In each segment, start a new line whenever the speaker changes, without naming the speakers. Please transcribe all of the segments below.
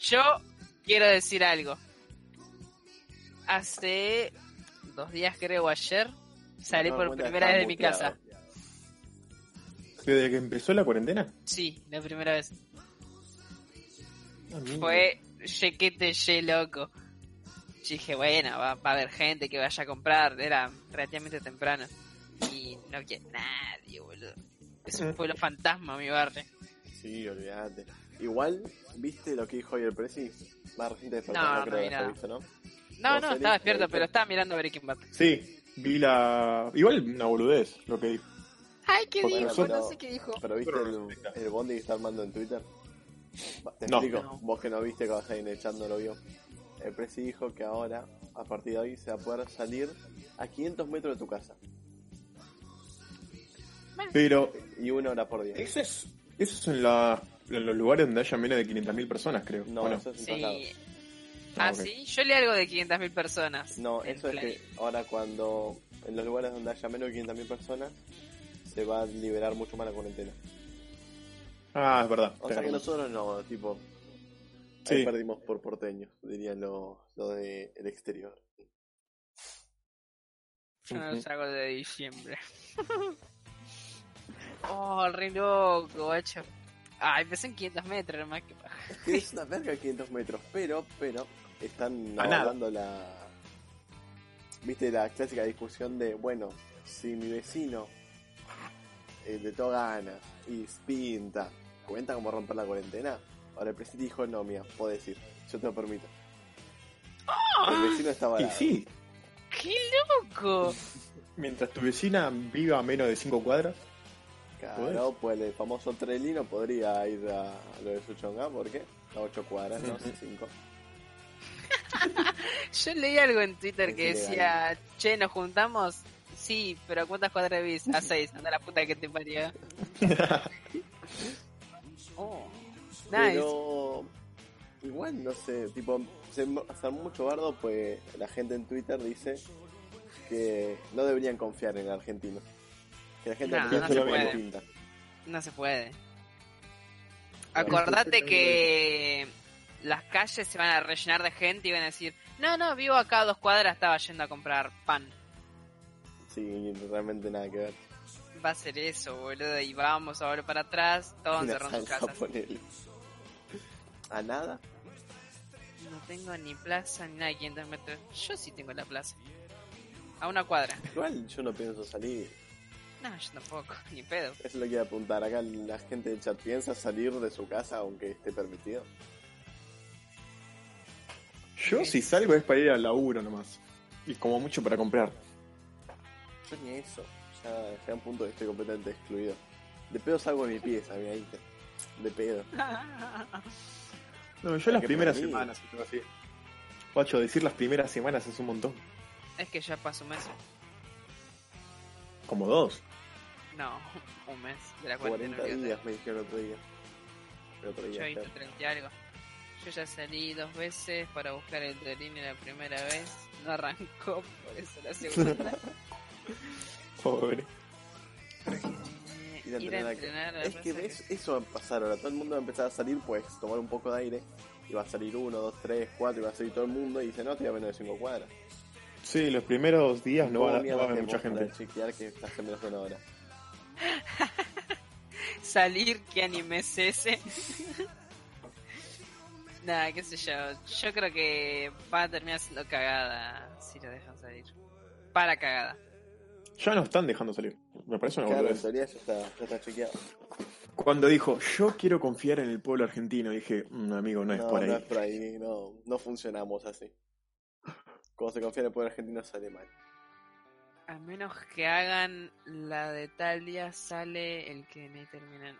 Yo quiero decir algo. Hace dos días, creo, ayer, salí
No,
por
bueno,
primera
está
vez de mi
muteado.
casa.
¿Desde que empezó la cuarentena?
Sí, la primera vez.
Ah, mira.
Fue chequete ye loco. Yo dije, bueno, va, va a haber gente que vaya a comprar. Era relativamente temprano. Y no había nadie, boludo. Es
Eh.
un pueblo fantasma mi barrio.
Sí, olvídate. Igual, ¿viste lo que dijo hoy el Prezi? Más reciente de
No,
no,
no
creo
vi
que
nada.
has visto, ¿no?
No,
¿Vos,
no,
Eli?
estaba despierto,
¿Lo
pero
viste?
estaba mirando Breaking Bad.
Sí, vi la. Igual una boludez lo que dijo.
Ay, ¿qué
Porque
dijo?
nosotros-
No sé qué dijo.
Pero ¿viste
Pero
el,
respeta.
el bondi que está armando en Twitter? Va, Te
No.
explico,
No.
vos que no viste Cabajain echando lo vio. El Prezi dijo que ahora, a partir de hoy, se va a poder salir a 500 metros de tu casa.
Pero
Y una hora por día.
eso es, eso es en, la- en los lugares donde haya menos de 500.000 personas, creo.
No,
Bueno,
eso es un
Sí.
Ah,
Ah,
ok.
sí, yo leí algo de 500.000 personas.
No,
en
eso es
Clarín.
que ahora cuando en los lugares donde haya menos de 500.000 personas, se va a liberar mucho más la cuarentena.
Ah, es verdad.
O sea que nosotros no, tipo, ahí
Sí.
perdimos por porteños, dirían los lo del exterior.
Yo no
Ujú.
salgo de diciembre. oh, re loco, guacho. Ah, empecé en 500 metros, nomás que paja.
Que es una verga de 500 metros, pero, pero, están
A nada.
hablando la... Viste la clásica discusión de, bueno, si mi vecino eh, de Togana y Spinta cuenta como romper la cuarentena, ahora el presidente dijo, no, mía, podés ir, yo te lo permito. El vecino estaba...
Y sí,
¡Qué loco!
mientras tu vecina viva a menos de 5 cuadras.
Claro, pues el famoso Trelli no podría ir a lo de Suchonga porque a 8 cuadras, no
Ujú.
5.
Yo leí algo en Twitter
Es
que
ilegal.
decía, che, ¿nos juntamos? Sí, pero ¿a ¿cuántas cuadras vivís? A 6, anda la puta que te parió. oh, nice.
Pero igual, no sé, tipo, se hace mucho bardo, pues la gente en Twitter dice que no deberían confiar en el argentino. Que la gente
No,
argentina
no se
se pone
puede.
pinta.
No se puede. Acordate que las calles se van a rellenar de gente y van a decir, no, no, vivo acá a dos cuadras, estaba yendo a comprar pan.
Sí, realmente nada que ver.
Va a ser eso, boludo, y vamos a volver para atrás, todos
Una
encerrados en sus
salsa,
casas.
ponele. A nada.
No tengo ni plaza ni nada de 500 metros. Yo sí tengo la plaza. A una cuadra.
Igual yo no pienso salir.
No, yo tampoco, ni pedo.
Eso es lo que iba a apuntar. Acá la gente del chat piensa salir de su casa aunque esté permitido.
Yo si salgo es para ir al laburo nomás. Y como mucho para comprar.
Yo ni eso. Ya llega un punto que estoy completamente excluido. De pedo salgo de mi pieza, mira, ahí te- De pedo.
No, yo las
que
primeras
para mí-
semanas estuve así. Pacho, decir las primeras semanas es un montón.
es que ya pasó un mes.
Como dos.
No, un mes de la cuarentena.
40
olvídate.
días me dijeron el otro día. El otro
Yo
día.
he visto
claro.
30 y algo. Yo ya salí dos veces para buscar el Dorine la primera vez. No arrancó, por eso la segunda.
Pobre.
Eh,
Ir a
Ir a
entrenar acá.
entrenar. a
Es que
Rosario.
ves, eso va a pasar ahora. Todo el mundo va a empezar a salir, pues, tomar un poco de aire. Y va a salir uno, dos, tres, cuatro, y va a salir todo el mundo. Y dice, no, estoy a menos de cinco cuadras.
Sí, los primeros días no
¿Cómo
va, no
mierda
va a haber
hacemos
mucha gente.
Para chequear que estás en menos de una hora.
Salir, ¿qué anime es ese? Nada, qué sé yo. Yo creo que va a terminar siendo cagada si lo dejan salir. Para cagada.
Ya nos están dejando salir. Me parece una
Claro, en
boludez.
teoría ya está, ya está chequeado.
Cuando dijo, yo quiero confiar en el pueblo argentino, dije, "Mm, amigo, no es
No,
por ahí.
no es por ahí, no, no funcionamos así. Cuando se confía en el poder argentino sale mal.
A menos que hagan la de tal día sale el que ni terminan.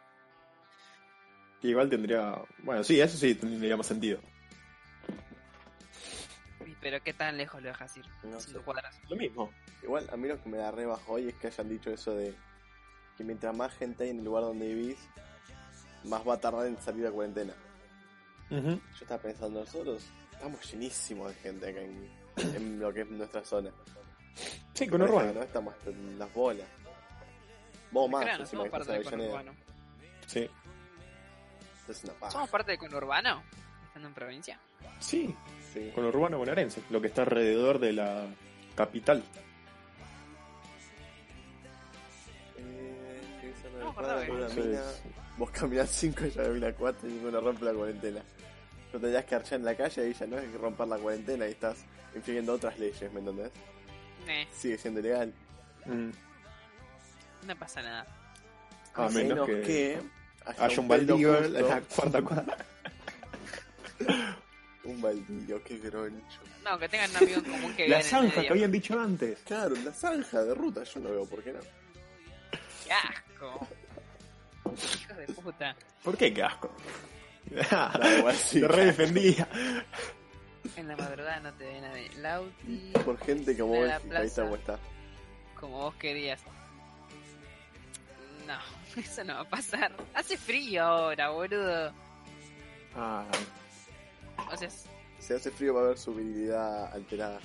Que Igual tendría. Bueno, sí, eso sí tendría más sentido.
Y Pero qué tan lejos lo dejas ir.
No
Cinco
sé.
cuadras.
Lo mismo.
Igual, a mí lo que me da re bajo hoy es que hayan dicho eso de que mientras más gente hay en el lugar donde vivís, más va a tardar en salir a cuarentena.
Ujú.
Yo estaba pensando, nosotros estamos llenísimos de gente acá en, en lo que es nuestra zona.
Sí, con Urbano.
No estamos hasta en las bolas. Vos más,
Claro, no
encima
somos
que estás
parte
en
del
Avellaneda.
conurbano.
Sí.
Es una paja.
¿Somos parte de conurbano? Estando en provincia.
Sí,
Sí.
con urbano bonaerense, lo que está alrededor de la capital.
Eh, que esa no
No,
es rara,
acordaba
con una
que-
mina.
Sí,
Vos caminás 5 y ella camina 4 y ninguno rompe la cuarentena. No te das que archar en la calle y ya no es que romper la cuarentena y estás infringiendo otras leyes, ¿me entendés?
Eh,
Sigue siendo ilegal.
Mm.
no pasa nada.
A menos que
haya
Hay un
pelo
baldío en
justo-
la cuarta cuadra.
Un baldío, qué groncho.
No, que tengan un amigo en común que viva
La
en el
zanja que
medio.
habían dicho antes.
Claro, la zanja de ruta, yo no veo por qué no.
¡Qué asco! Hijos de puta.
¿Por qué? ¡Qué asco!
Da igual, sí.
Te re defendía.
En la madrugada no te ve nadie. Lauti,
Por gente como
De
vos,
la
ahí
plaza.
está como está.
como vos querías. No, eso no va a pasar. Hace frío ahora, boludo.
Ah,
O sea,
Se hace frío para ver su virilidad alterada.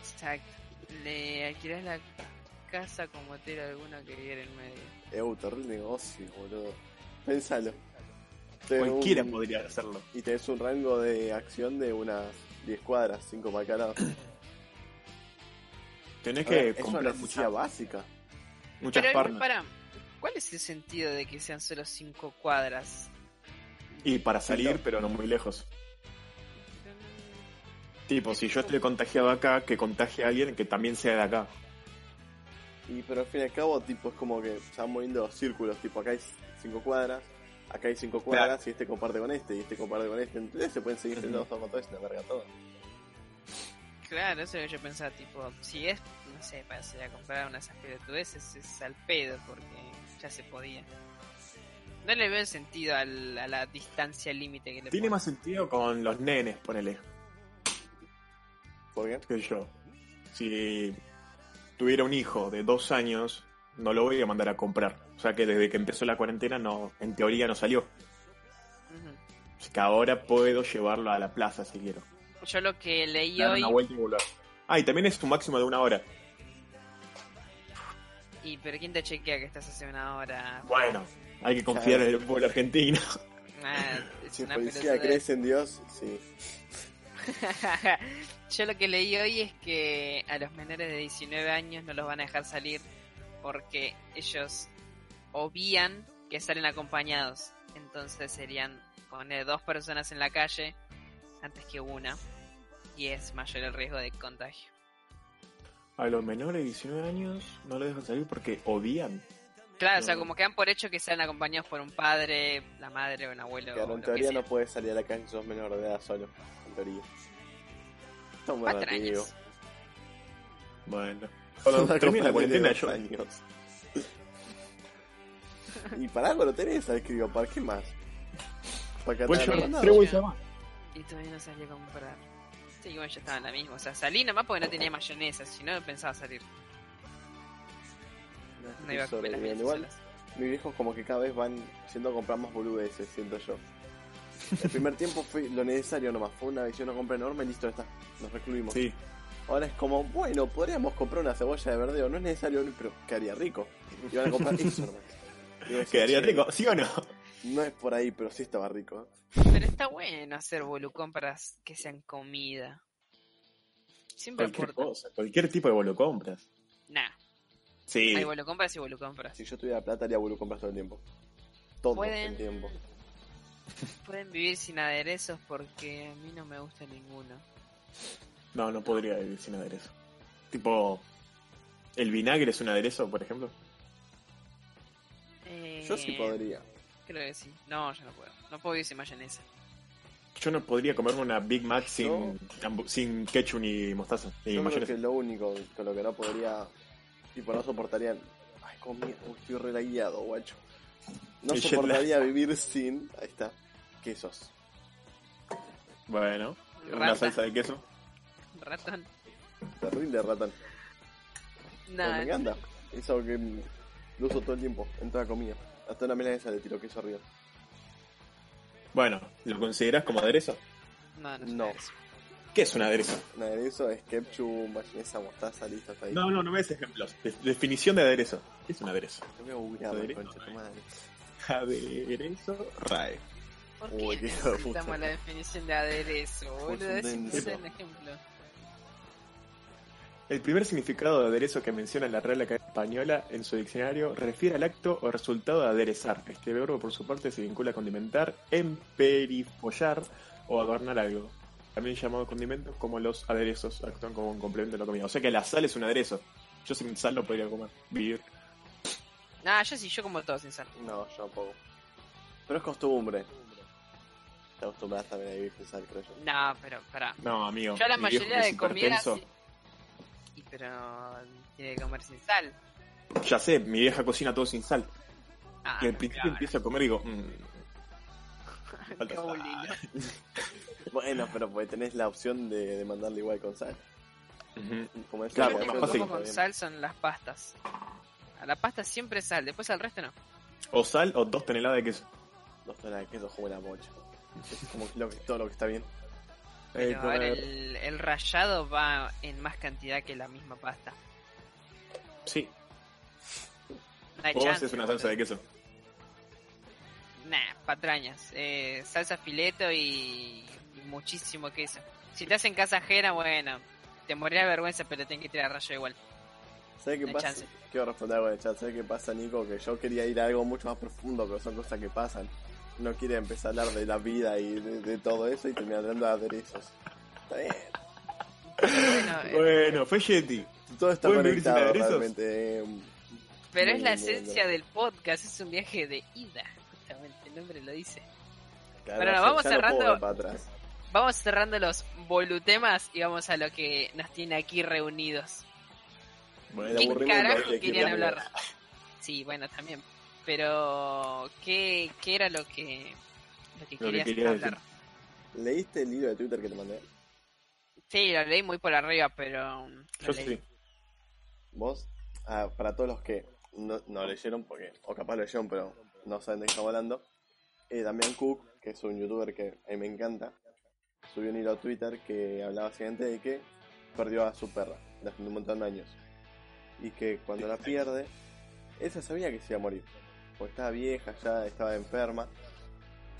Exacto. Le alquilás la casa con motero a alguno que vive en el medio.
Eu, terrible negocio, boludo. Pensalo. Tenés un-
cualquiera podría hacerlo.
Y tenés un rango de acción de unas 10 cuadras, 5 para cada lado.
Tenés
Ahora,
que
es una
comprar
necesidad
muchas,
básica.
muchas
Pero
parnas.
para, ¿cuál es el sentido de que sean solo cinco cuadras?
Y para salir, pero no muy lejos. Tipo, si yo estoy contagiado acá, que contagie a alguien que también sea de acá.
Y pero al fin y al cabo, tipo, es como que se van moviendo los círculos. Tipo, acá hay 5 cuadras, acá hay 5 cuadras, y este comparte con este, y este comparte con este. Entonces se pueden seguir
Ujú.
sentados con todo esto, verga todo.
Claro, eso es lo que yo pensaba, tipo, si es, no sé, para salir a comprar unas aspiratudeces es al pedo, porque ya se podía. No le veo el sentido al- a la distancia límite que le
Tiene
ponen.
más sentido con los nenes, ponele,
¿Por qué?
que yo. Si tuviera un hijo de dos años, no lo voy a mandar a comprar. O sea que desde que empezó la cuarentena, no, en teoría no salió.
Ujú.
Así que ahora puedo llevarlo a la plaza si quiero.
Yo lo que leí
Dar
hoy,
una vuelta y volver. Ah, y también es tu máximo de una hora.
y pero ¿quién te chequea que estás hace una hora?
Bueno, hay que confiar en el pueblo argentino.
Ah, es
Si el
una
policía
pelotudez.
crees en Dios, sí.
Yo lo que leí hoy es que a los menores de 19 años no los van a dejar salir porque ellos obvían que salen acompañados. Entonces serían poner dos personas en la calle antes que una y es mayor el riesgo de contagio.
A los menores de 19 años no lo dejan salir porque odian.
Claro, o sea,
Mm.
como quedan por hecho que salen acompañados por un padre, la madre o un abuelo.
Claro,
o lo
en
que
teoría
sea.
no puedes salir a la calle si sos menor de edad solo. En teoría. Está muy
Cuatro
relativo.
años.
Bueno.
Son
Cuando
una
termine la
compañía
cuarentena
de
yo...
dos años. y pará cuando tenés al criopark, ¿qué más? Para que
Voy a
Claro,
llevar
no,
tres
no.
bolsas más.
Y todavía no salí a comprar. Sí, bueno, yo estaba en la misma. O sea, salí nomás porque no tenía mayonesa, si no pensaba salir. No iba a comer las
Sobreviven.
milanesas
Igual,
solas.
mis viejos como que cada vez van yendo a comprar más boludeces, siento yo. El primer tiempo fue lo necesario nomás, fue una visión, una compra enorme, listo, ya está, nos recluimos.
Sí.
Ahora es como, bueno, podríamos comprar una cebolla de verdeo, no es necesario, pero quedaría rico. Y van a comprar eso nomás. Y vos decís,
Quedaría
"Che,
rico, ¿sí o no?
No es por ahí, pero sí estaba rico. ¿eh?
Pero está bueno hacer bolucón para que sean comida. Siempre
Cualquier
aporta.
cosa, cualquier tipo de bolo compras.
Nah,
Sí.
hay bolucompras y bolucompras.
Si yo tuviera plata, haría boludo compras todo el tiempo. Todo
Pueden-
el tiempo.
Pueden vivir sin aderezos porque a mí no me gusta ninguno.
No, no podría vivir sin aderezo. Tipo, ¿el vinagre es un aderezo, por ejemplo?
Eh,
Yo sí podría.
Creo que sí. No, yo no puedo. No puedo vivir sin mayonesa.
Yo no podría comerme una Big Mac sin,
Yo-
tambo- sin ketchup ni mostaza. Ni
Yo creo
mayonesa.
que lo único con lo que no podría, tipo, no soportaría. Ay, comida, uy, estoy re lagueado, guacho. No
El jet
soportaría vivir sin, ahí está, quesos.
Bueno, una
Rata.
salsa de queso.
Ratón.
Terrible ratón. Pero
Nah,
me encanta. Es algo que mm, lo uso todo el tiempo, en toda comida. Hasta una milanesa le tiro queso arriba.
Bueno, ¿lo consideras como aderezo?
no, no. es un
No.
aderezo.
¿Qué es un aderezo?
Nada de eso es ketchup, mayonesa, mostaza, listo, hasta ahí.
No, no, no me des ejemplos. De- definición de aderezo. ¿Qué es un aderezo?
Te voy a googlear,
¿Aderezo?
concha tu madre.
Aderezo RAE.
¿Por qué
Uy, qué hijo de
necesitamos
puta.
la definición de aderezo, boludo? Es un
Confundencia.
ejemplo.
El primer significado de aderezo que menciona la Real Academia Española en su diccionario refiere al acto o resultado de aderezar. Este verbo, por su parte, se vincula a condimentar, emperifollar o adornar algo. También llamado condimentos como los aderezos actúan como un complemento de la comida. O sea que la sal es un aderezo. Yo sin sal no podría comer, vivir.
Nah, yo sí, yo como todo sin sal.
No, yo tampoco. Pero es costumbre. Te acostumbras también a vivir sin sal, creo yo.
No, pero pará.
No, amigo.
Yo la
mi viejo
mayoría
es
de comidas.
hipertenso.
sí- Y pero tiene que comer sin sal.
Ya sé, mi vieja cocina todo sin sal.
Ah,
y al principio
claro.
empiezo a comer y digo, mmm,
Qué bolillo.
Bueno, pero pues tenés la opción de, de mandarle igual con sal. Como es
Lo
Claro,
la
único
más
que
fácil.
opción,
como
está
con
bien.
sal son las pastas. A la pasta siempre sal, después al resto no.
O sal o dos toneladas de queso.
Dos toneladas de queso como una mocha. Es como lo que- todo lo que está bien.
Eh,
Pero a ver,
comer-
el, el rallado va en más cantidad que la misma pasta.
Sí,
No hay
vos
chance,
haces una salsa de
boludo.
queso.
Nah, patrañas. Eh, salsa fileto y, y muchísimo queso. Si te hacen casa ajena, bueno, te morirás de vergüenza, pero tenés que tirar rayo igual.
¿Sabes qué
No hay
pasa?
chance.
Quiero responder algo en el chat. ¿Sabes qué pasa, Nico? Que yo quería ir a algo mucho más profundo, pero son cosas que pasan. No quiere empezar a hablar de la vida y de, de todo eso y termina hablando de aderezos. Está bien.
Bueno, eh,
Bueno, fue Yeti.
Todo está
¿Pueden vivir sin
conectado
aderezos?
realmente. eh,
pero es la
muy, muy
esencia del podcast, es un viaje de ida. Justamente, el nombre lo dice.
claro,
Bueno,
ya-
vamos
ya no
cerrando.
puedo ir para atrás.
Vamos cerrando los volutemas y vamos a lo que nos tiene aquí reunidos.
El
¿Qué
aburrimiento
carajo
de que
querían
queríamos.
hablar? Sí, bueno, también. Pero, ¿qué, qué era lo que, lo que
que
querías
quería decir.
hablar?
¿Leíste el libro de Twitter que te mandé?
Sí, lo leí muy por arriba, pero... um, lo
Yo
leí.
sí.
¿Vos? Ah, para todos los que no, no leyeron, porque, o capaz lo leyeron, pero no saben de qué estamos hablando, eh, Damián Cook, que es un youtuber que a mí me encanta, subió un hilo a Twitter que hablaba básicamente de que perdió a su perra de hace un montón de años. Y que cuando la pierde, ella sabía que se iba a morir. Porque estaba vieja, ya estaba enferma.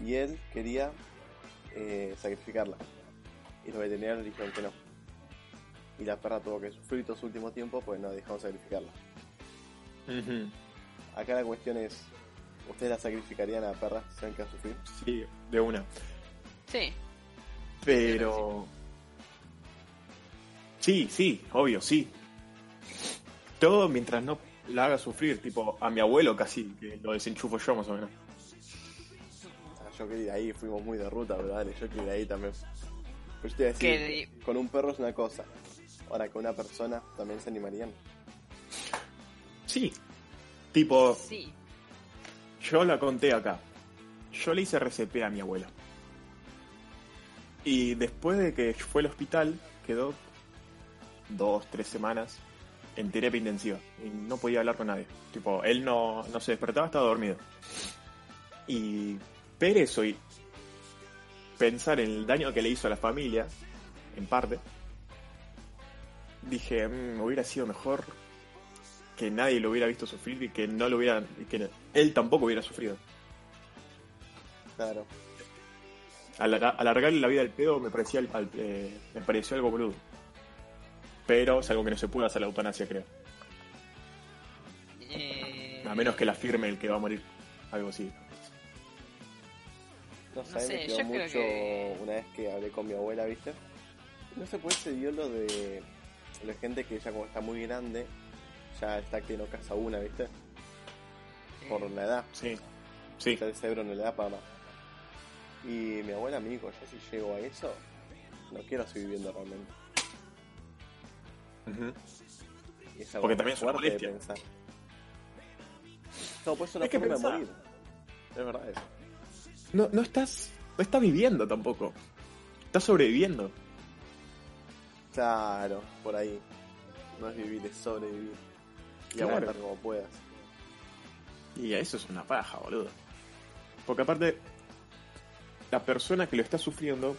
Y él quería eh, sacrificarla. Y los veterinarios le dijeron que no. Y la perra tuvo que sufrir todo su último tiempo, pues no dejaron sacrificarla.
Ujú.
Acá la cuestión es, ¿ustedes la sacrificarían a la perra si saben que va a sufrir?
Sí, de una.
Sí,
Pero. Sí, sí, obvio, sí. Todo mientras no la haga sufrir, tipo a mi abuelo casi, que lo desenchufo yo más o menos.
Ah, yo quería ir ahí, fuimos muy de ruta, pero dale, yo quería ir ahí también. Pero yo te iba a
Que
decir, con un perro es una cosa. Ahora, con una persona también se animarían.
Sí. Tipo,
sí.
Yo la conté acá. Yo le hice RCP a mi abuela. Y después de que fue al hospital, quedó dos, tres semanas en terapia intensiva. Y no podía hablar con nadie. Tipo, él no, no se despertaba, estaba dormido. Y ver eso y pensar en el daño que le hizo a la familia, en parte, dije, "Mm, hubiera sido mejor que nadie lo hubiera visto sufrir y que no lo hubiera, y que él tampoco hubiera sufrido.
Claro.
Alarga- Alargarle la vida al pedo me parecía, al- al- eh, me pareció algo boludo. Pero es algo que no se puede hacer la eutanasia, creo.
Eh,
A menos que la firme el que va a morir. Algo así.
No,
No
sé,
sé,
me
yo
quedó
creo
mucho
que-
una vez que hablé con mi abuela, ¿viste? No sé, pues se dio lo de la gente que ya como está muy grande, ya está que no casa una, ¿viste?
eh,
Por la edad.
Sí. Sí.
Ya el cerebro no le da para más. Y mi abuela me dijo, yo si llego a eso, no quiero seguir viviendo realmente.
Ujú.
Y es algo
Porque también es una
fuerte de
molestia.
pensar. No, pues eso no
Hay que
forma de
pensar.
morir. Es verdad eso.
No, no estás. No estás viviendo tampoco. Estás sobreviviendo.
Claro, por ahí. No es vivir, es sobrevivir. Y
Claro.
aguantar como puedas.
Y eso es una paja, boludo. Porque aparte, la persona que lo está sufriendo,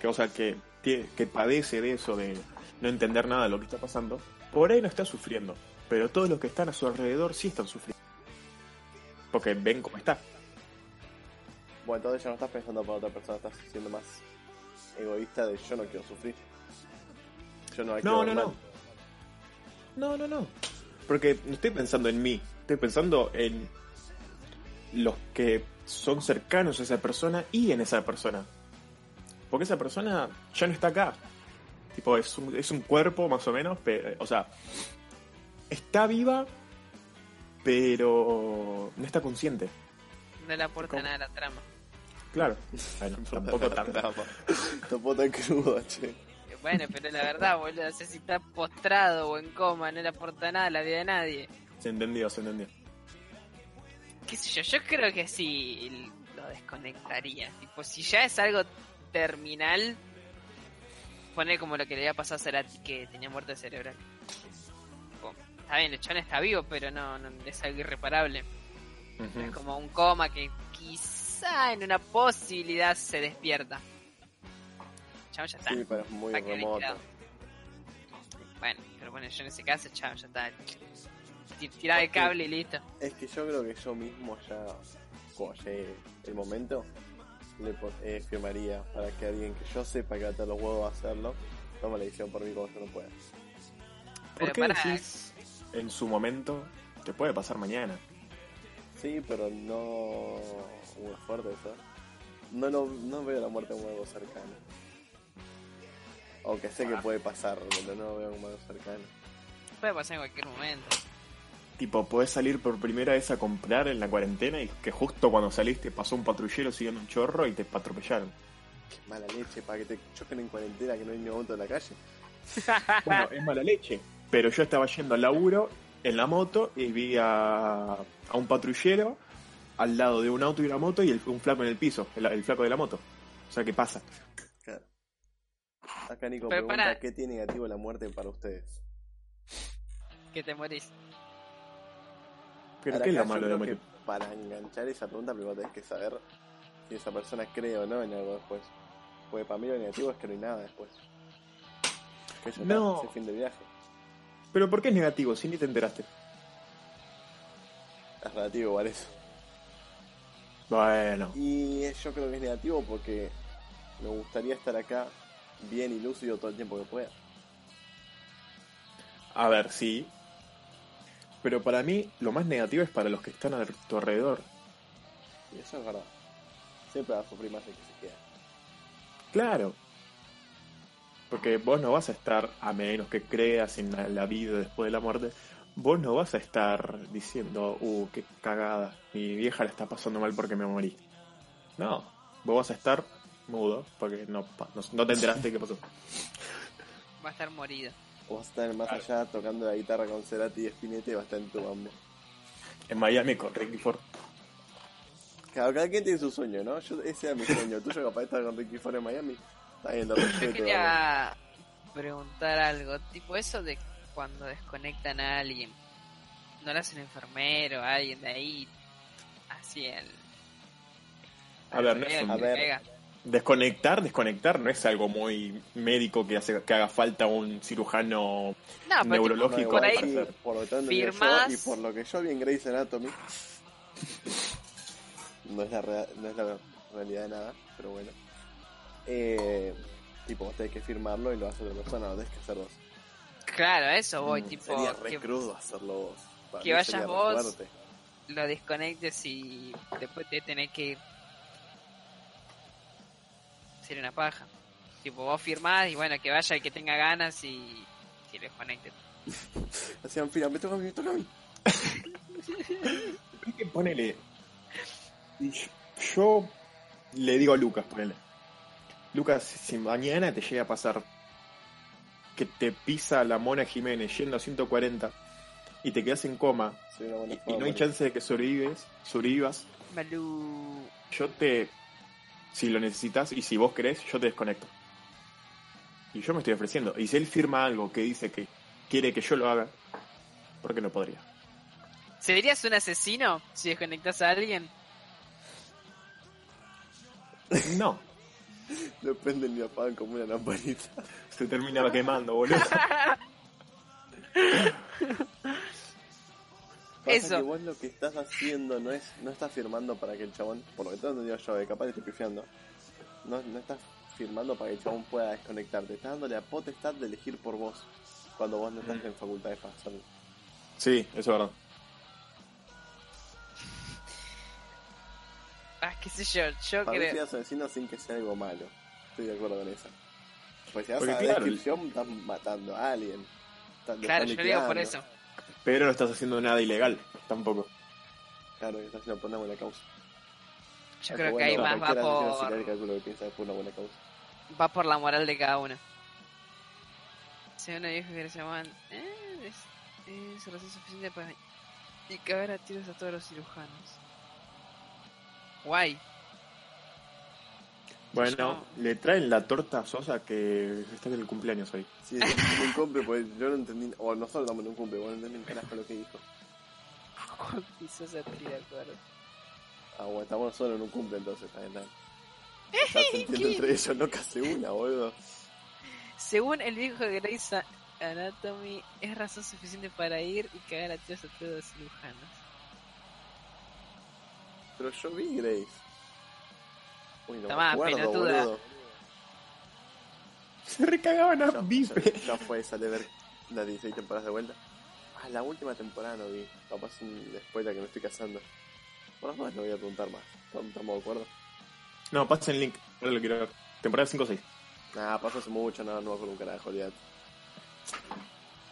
que, o sea, que, tie- que padece de eso, de no entender nada de lo que está pasando, por ahí no está sufriendo. Pero todos los que están a su alrededor sí están sufriendo. Porque ven cómo está.
Bueno, entonces ya no estás pensando para otra persona, estás siendo más egoísta de yo no quiero sufrir. Yo no
No,
la quiero
no,
ver
no.
mal.
No, no, no. Porque no estoy pensando en mí, estoy pensando en los que son cercanos a esa persona y en esa persona. Porque esa persona ya no está acá. Tipo, es un, es un cuerpo más o menos, pero, o sea, está viva, pero no está consciente.
No le aporta
¿Cómo?
nada a la trama.
Claro. Bueno, tampoco tanto.
Tampoco tan crudo, che.
Eh, Bueno, pero la verdad, boludo, o sea, si está postrado o en coma, no le aporta nada a la vida de nadie.
Se entendió, se entendió.
qué sé yo, yo creo que sí lo desconectaría. Tipo, si ya es algo terminal, pone como lo que le había pasado a Cerati, que tenía muerte cerebral. Tipo, está bien, el chon está vivo, pero no, no es algo irreparable.
Ujú.
Es como un coma que quizá en una posibilidad se despierta. El chabón ya está.
Sí, pero es muy
Está quedado
remoto.
liquidado. Bueno, pero bueno, yo en ese caso, chao, ya está. Ti- Tirá el cable y listo.
Es que yo creo que yo mismo ya, cuando llegue el momento, le pon- eh, firmaría para que alguien que yo sepa que va a tener los huevos a hacerlo, toma la decisión por mí como yo no pueda.
Pero
¿Por qué
pará.
decís en su momento? Te puede pasar mañana.
Sí, pero no... Muy fuerte eso. No, lo- no veo la muerte como algo cercano. Aunque sé que puede pasar, pero no lo veo como algo cercano.
Puede pasar en cualquier momento.
Tipo, podés salir por primera vez a comprar en la cuarentena y que justo cuando saliste pasó un patrullero siguiendo un chorro y te atropellaron.
Qué mala leche, para que te choquen en cuarentena, que no hay ningún auto en la calle.
Bueno, es mala leche. Pero yo estaba yendo al laburo en la moto y vi a, a un patrullero al lado de un auto y una moto y el- un flaco en el piso, el, el flaco de la moto. O sea, ¿qué pasa?
Claro. Acá Nico
Pero
pregunta
pará.
qué tiene negativo la muerte para ustedes.
Que te morís.
¿Pero
Ahora,
qué es lo
acá yo
malo de
creo
morir?
que Para enganchar esa pregunta, primero tenés que saber si esa persona cree o no en algo después. Porque para mí lo negativo es que no hay nada después. Que ya
No.
está, es el fin de viaje.
¿Pero por qué es negativo? Si ni te enteraste.
Es relativo igual eso.
Bueno.
Y yo creo que es negativo porque me gustaría estar acá bien y lúcido todo el tiempo que pueda.
A ver, sí. Pero para mí lo más negativo es para los que están a tu alrededor.
Y eso es verdad. Siempre va a sufrir más el que se queda.
Claro. Porque vos no vas a estar, a menos que creas en la, la vida después de la muerte, vos no vas a estar diciendo, uh, qué cagada, mi vieja la está pasando mal porque me morí. No, vos vas a estar mudo porque no, pa- no, no te enteraste qué pasó.
Va a estar morido.
O vas a estar más
Claro.
allá tocando la guitarra con Cerati y Spinetta y va a estar en tu mambo.
En Miami con Ricky Ford.
Claro, cada quien tiene su sueño, ¿no? Yo, ese era mi sueño. Tuyo capaz de estar con Ricky Ford en Miami. Está bien, lo
Yo
respeto. ¿vale?
quería preguntar algo, tipo eso de cuando desconectan a alguien, no lo hace un enfermero, alguien de ahí, así el...
A ver, Nelson,
a ver.
Desconectar, desconectar no es algo muy médico que, hace, que haga falta un cirujano
No, Ah, pero
No,
Neurológico,
igual,
por ahí-
sí, por lo tanto,
Firmás.
yo, y por lo que yo vi en Grey's Anatomy, no es la, rea- no es la realidad de nada, pero bueno. Eh, tipo, vos tenés que firmarlo y lo hace otra persona, no tenés que hacer vos.
tipo, claro, a eso voy,
Mm,
tipo,
Sería re
que
crudo hacerlo vos. Para
Oh, que
mí
vayas
sería re
vos.
fuerte.
lo desconectes y después te tenés que ir. Sería una paja. Tipo, vos firmás y bueno, que vaya el que tenga ganas y que lo desconecte.
Hacían fila, me toca a mí, me toca a mí.
Es que ponele. y yo- Yo le digo a Lucas, ponele. Lucas, si mañana te llega a pasar que te pisa la Mona Jiménez yendo a 140 y te quedas en coma
Soy una buena
y, y no hay
forma.
chance de que sobrevives, sobrevivas,
Malú.
yo te. Si lo necesitas y si vos querés, yo te desconecto. Y yo me estoy ofreciendo. Y si él firma algo que dice que quiere que yo lo haga, ¿por qué no podría?
¿Serías un asesino si desconectas a alguien?
No,
Lo prenden y lo apagan como una lamparita.
se terminaba quemando, boludo.
pasa
Eso.
que vos lo que estás haciendo no es, no estás firmando para que el chabón, por lo que todo digo yo, eh, capaz que estoy pifiando, no, no estás firmando para que el chabón pueda desconectarte, estás dándole la potestad de elegir por vos cuando vos no estás
Mm.
en facultad de pasarlo.
Sí, eso es verdad.
Ah, qué sé yo, yo
Para
creo.
a su vecino sin que sea algo malo. Estoy de acuerdo con esa. Pues si vas
Porque
a la
claro,
descripción, estás matando a alguien. Estás- lo
Claro,
estás
yo digo por
liquidando.
eso.
Pero no estás haciendo nada ilegal, tampoco.
Claro, que estás haciendo por una buena causa.
Yo
Aunque
creo que
Ah, bueno,
ahí más va
cualquiera asesino
por,
serial calculo que piensa que es por una buena causa.
va por la moral de cada uno. Si uno dijo que le llamaban. Eh, es, es razón suficiente para. Y cagar a tiros a todos los cirujanos. Guay.
Bueno, le traen la torta a Sosa que está en el cumpleaños hoy.
Sí, es un cumple, pues yo no entendí, o nosotros damos un cumple, vos no entendí un carajo lo que dijo.
Quizás se de acuerdo.
Ah, bueno, estamos solo en un cumple entonces, está bien, dale. Estás sintiendo entre ellos, no casi una, boludo.
Según el viejo de Grey's Anatomy, es razón suficiente para ir y cagar a tiros a todos los cirujanos.
Pero yo vi Grace. Uy, no
Tomá,
me acuerdo,
pelotuda.
boludo.
Se recagaban a
Ya,
bife.
ya- ya fue, sale a ver las 16 temporadas de vuelta. Ah, la última temporada no vi. Capaz un spoiler que me estoy casando. Por las dudas no voy a preguntar más. No no me acuerdo.
No, pasen el link. Ahora lo quiero ver. Temporada 5-6.
Nah, pasó hace mucho, no, no me acuerdo un carajo, olvidate.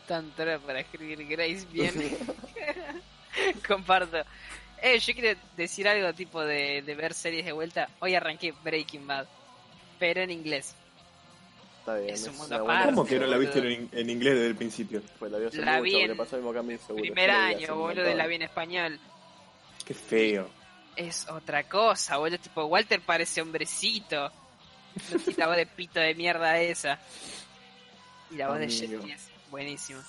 Tanto era para escribir Grace bien. Comparto. Eh, yo quiero decir algo tipo de, de ver series de vuelta. Hoy arranqué Breaking Bad, pero en inglés.
Está bien,
Es un mundo
una buena-
aparte.
¿Cómo que no la viste
boludo.
en, en inglés desde el principio?
Pues la vi hace
La
mucho,
vi
porque
en
le pasó lo mismo acá a mí, seguro.
Primer
Yo la vi hace
año,
un
boludo, de
montón.
la vida en español.
Qué feo.
Es otra cosa, boludo. Tipo, Walter parece hombrecito. No quitaba de pito de mierda esa. Y la voz de
Amigo.
Jeffy es buenísima.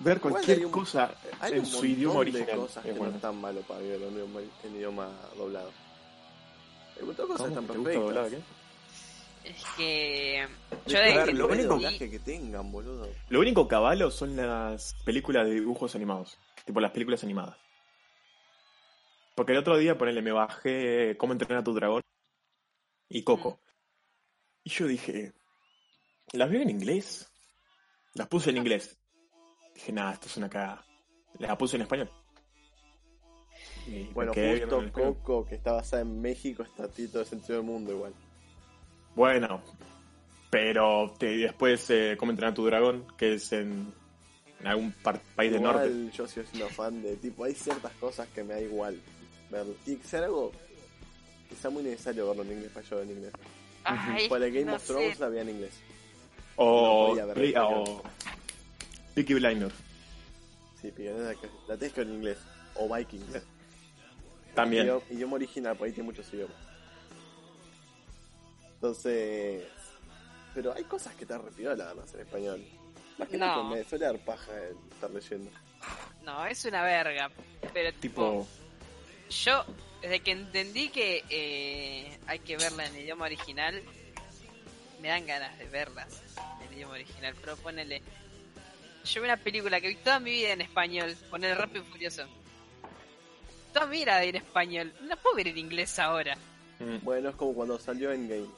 Ver
Igual hay
cualquier
un-
cosa
Hay
en
un
su idioma
montón de
original.
cosas
es
que no
bueno.
están malo para ver en idioma, en idioma doblado. Hay un montón de cosas que
¿Cómo
están
que te gusta doblar,
perfectas.
qué?
Es que. Yo
A
desde
ver,
que
lo
lo
vi-
único-
doblaje que tengan, boludo.
Lo único caballo son las películas de dibujos animados. Tipo las películas animadas. Porque el otro día, ponele, me bajé eh, Cómo entrenar a tu dragón y
Mm.
Coco. Y yo dije, ¿las veo en inglés? Las puse en inglés. Dije, nada, esto es una cagada. Las puse en español. Y me
Bueno,
quedé viendo en
justo
español.
Coco, que está basada en México, está tito de sentido del mundo igual.
Bueno, pero te- después eh, Cómo entrenar a tu dragón, que es en, en algún par- país del norte.
Igual yo sigo siendo fan de tipo, hay ciertas cosas que me da igual verlo. Y que sea algo que sea muy necesario verlo en inglés para yo verlo en inglés.
Ay,
Para Game
no
of Thrones
sé.
la vi en inglés. No
O,
podía haber
Play-
español.
o Peaky Blinders.
Sí, Picanera, que- la tenés que ver en inglés. O Vikings.
También.
Idioma, idioma original, porque ahí tiene muchos idiomas. Entonces. Pero hay cosas que te arrepiola además en español. Más que
No.
nada me suele dar paja el estar leyendo.
No, es una verga. Pero tipo,
tipo,
yo desde que entendí que eh, hay que verla en el idioma original, me dan ganas de verlas en el idioma original. Pero ponele, yo vi una película que vi toda mi vida en español, ponele rápido y furioso. Toda mi vida en español, no la puedo ver en inglés ahora.
mm,
Bueno, es como cuando salió Endgame.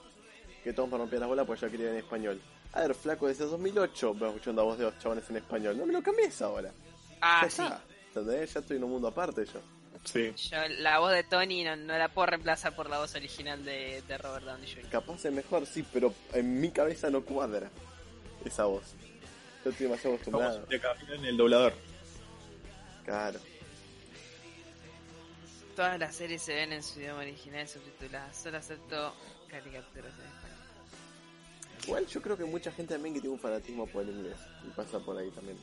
Que todos me rompían las bolas porque yo quería en español. A ver, flaco, desde 2008 me escuchando a voz de los chavales en español. No me lo cambies ahora.
Ah,
ya
sí.
está. ¿Entendés? Ya estoy en un mundo aparte yo.
sí.
Yo la voz de Tony no, no la puedo reemplazar por la voz original de, de Robert Downey Jr.
Capaz es mejor, sí, pero en mi cabeza no cuadra esa voz. Yo estoy demasiado
Vamos
acostumbrado.
de camino en el doblador.
Claro.
Todas las series se ven en su idioma original subtituladas, solo acepto caricaturas en español.
Igual yo creo que mucha gente también que tiene un fanatismo por el inglés. Y pasa por ahí también.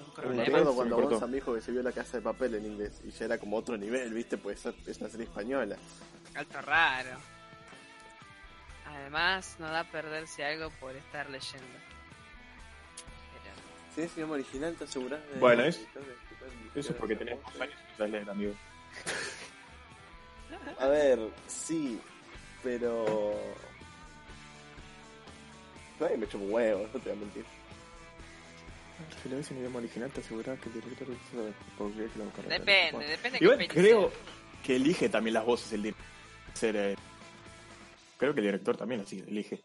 Un
Me
problema.
Sí,
acuerdo
se
cuando
me cortó.
Gonza me dijo que se vio la casa de papel en inglés. Y ya era como otro nivel, ¿viste? Pues es es una serie española.
Alto raro. Además, no da perderse algo por estar leyendo. Pero,
Si es idioma original, te aseguras de.
Bueno, es-
de- de- de- de-
Eso es porque
de-
tenés compañeros que sabes leer, amigo.
A ver, sí, pero. Ay, me chupo huevo, no te voy a mentir.
Si lo ves en idioma original, te aseguras que el director sabe por qué que lo buscaron.
Depende,
Bueno.
depende
Igual
peli
creo
sea.
que elige también las voces el director. Ser, eh, creo que el director también así elige.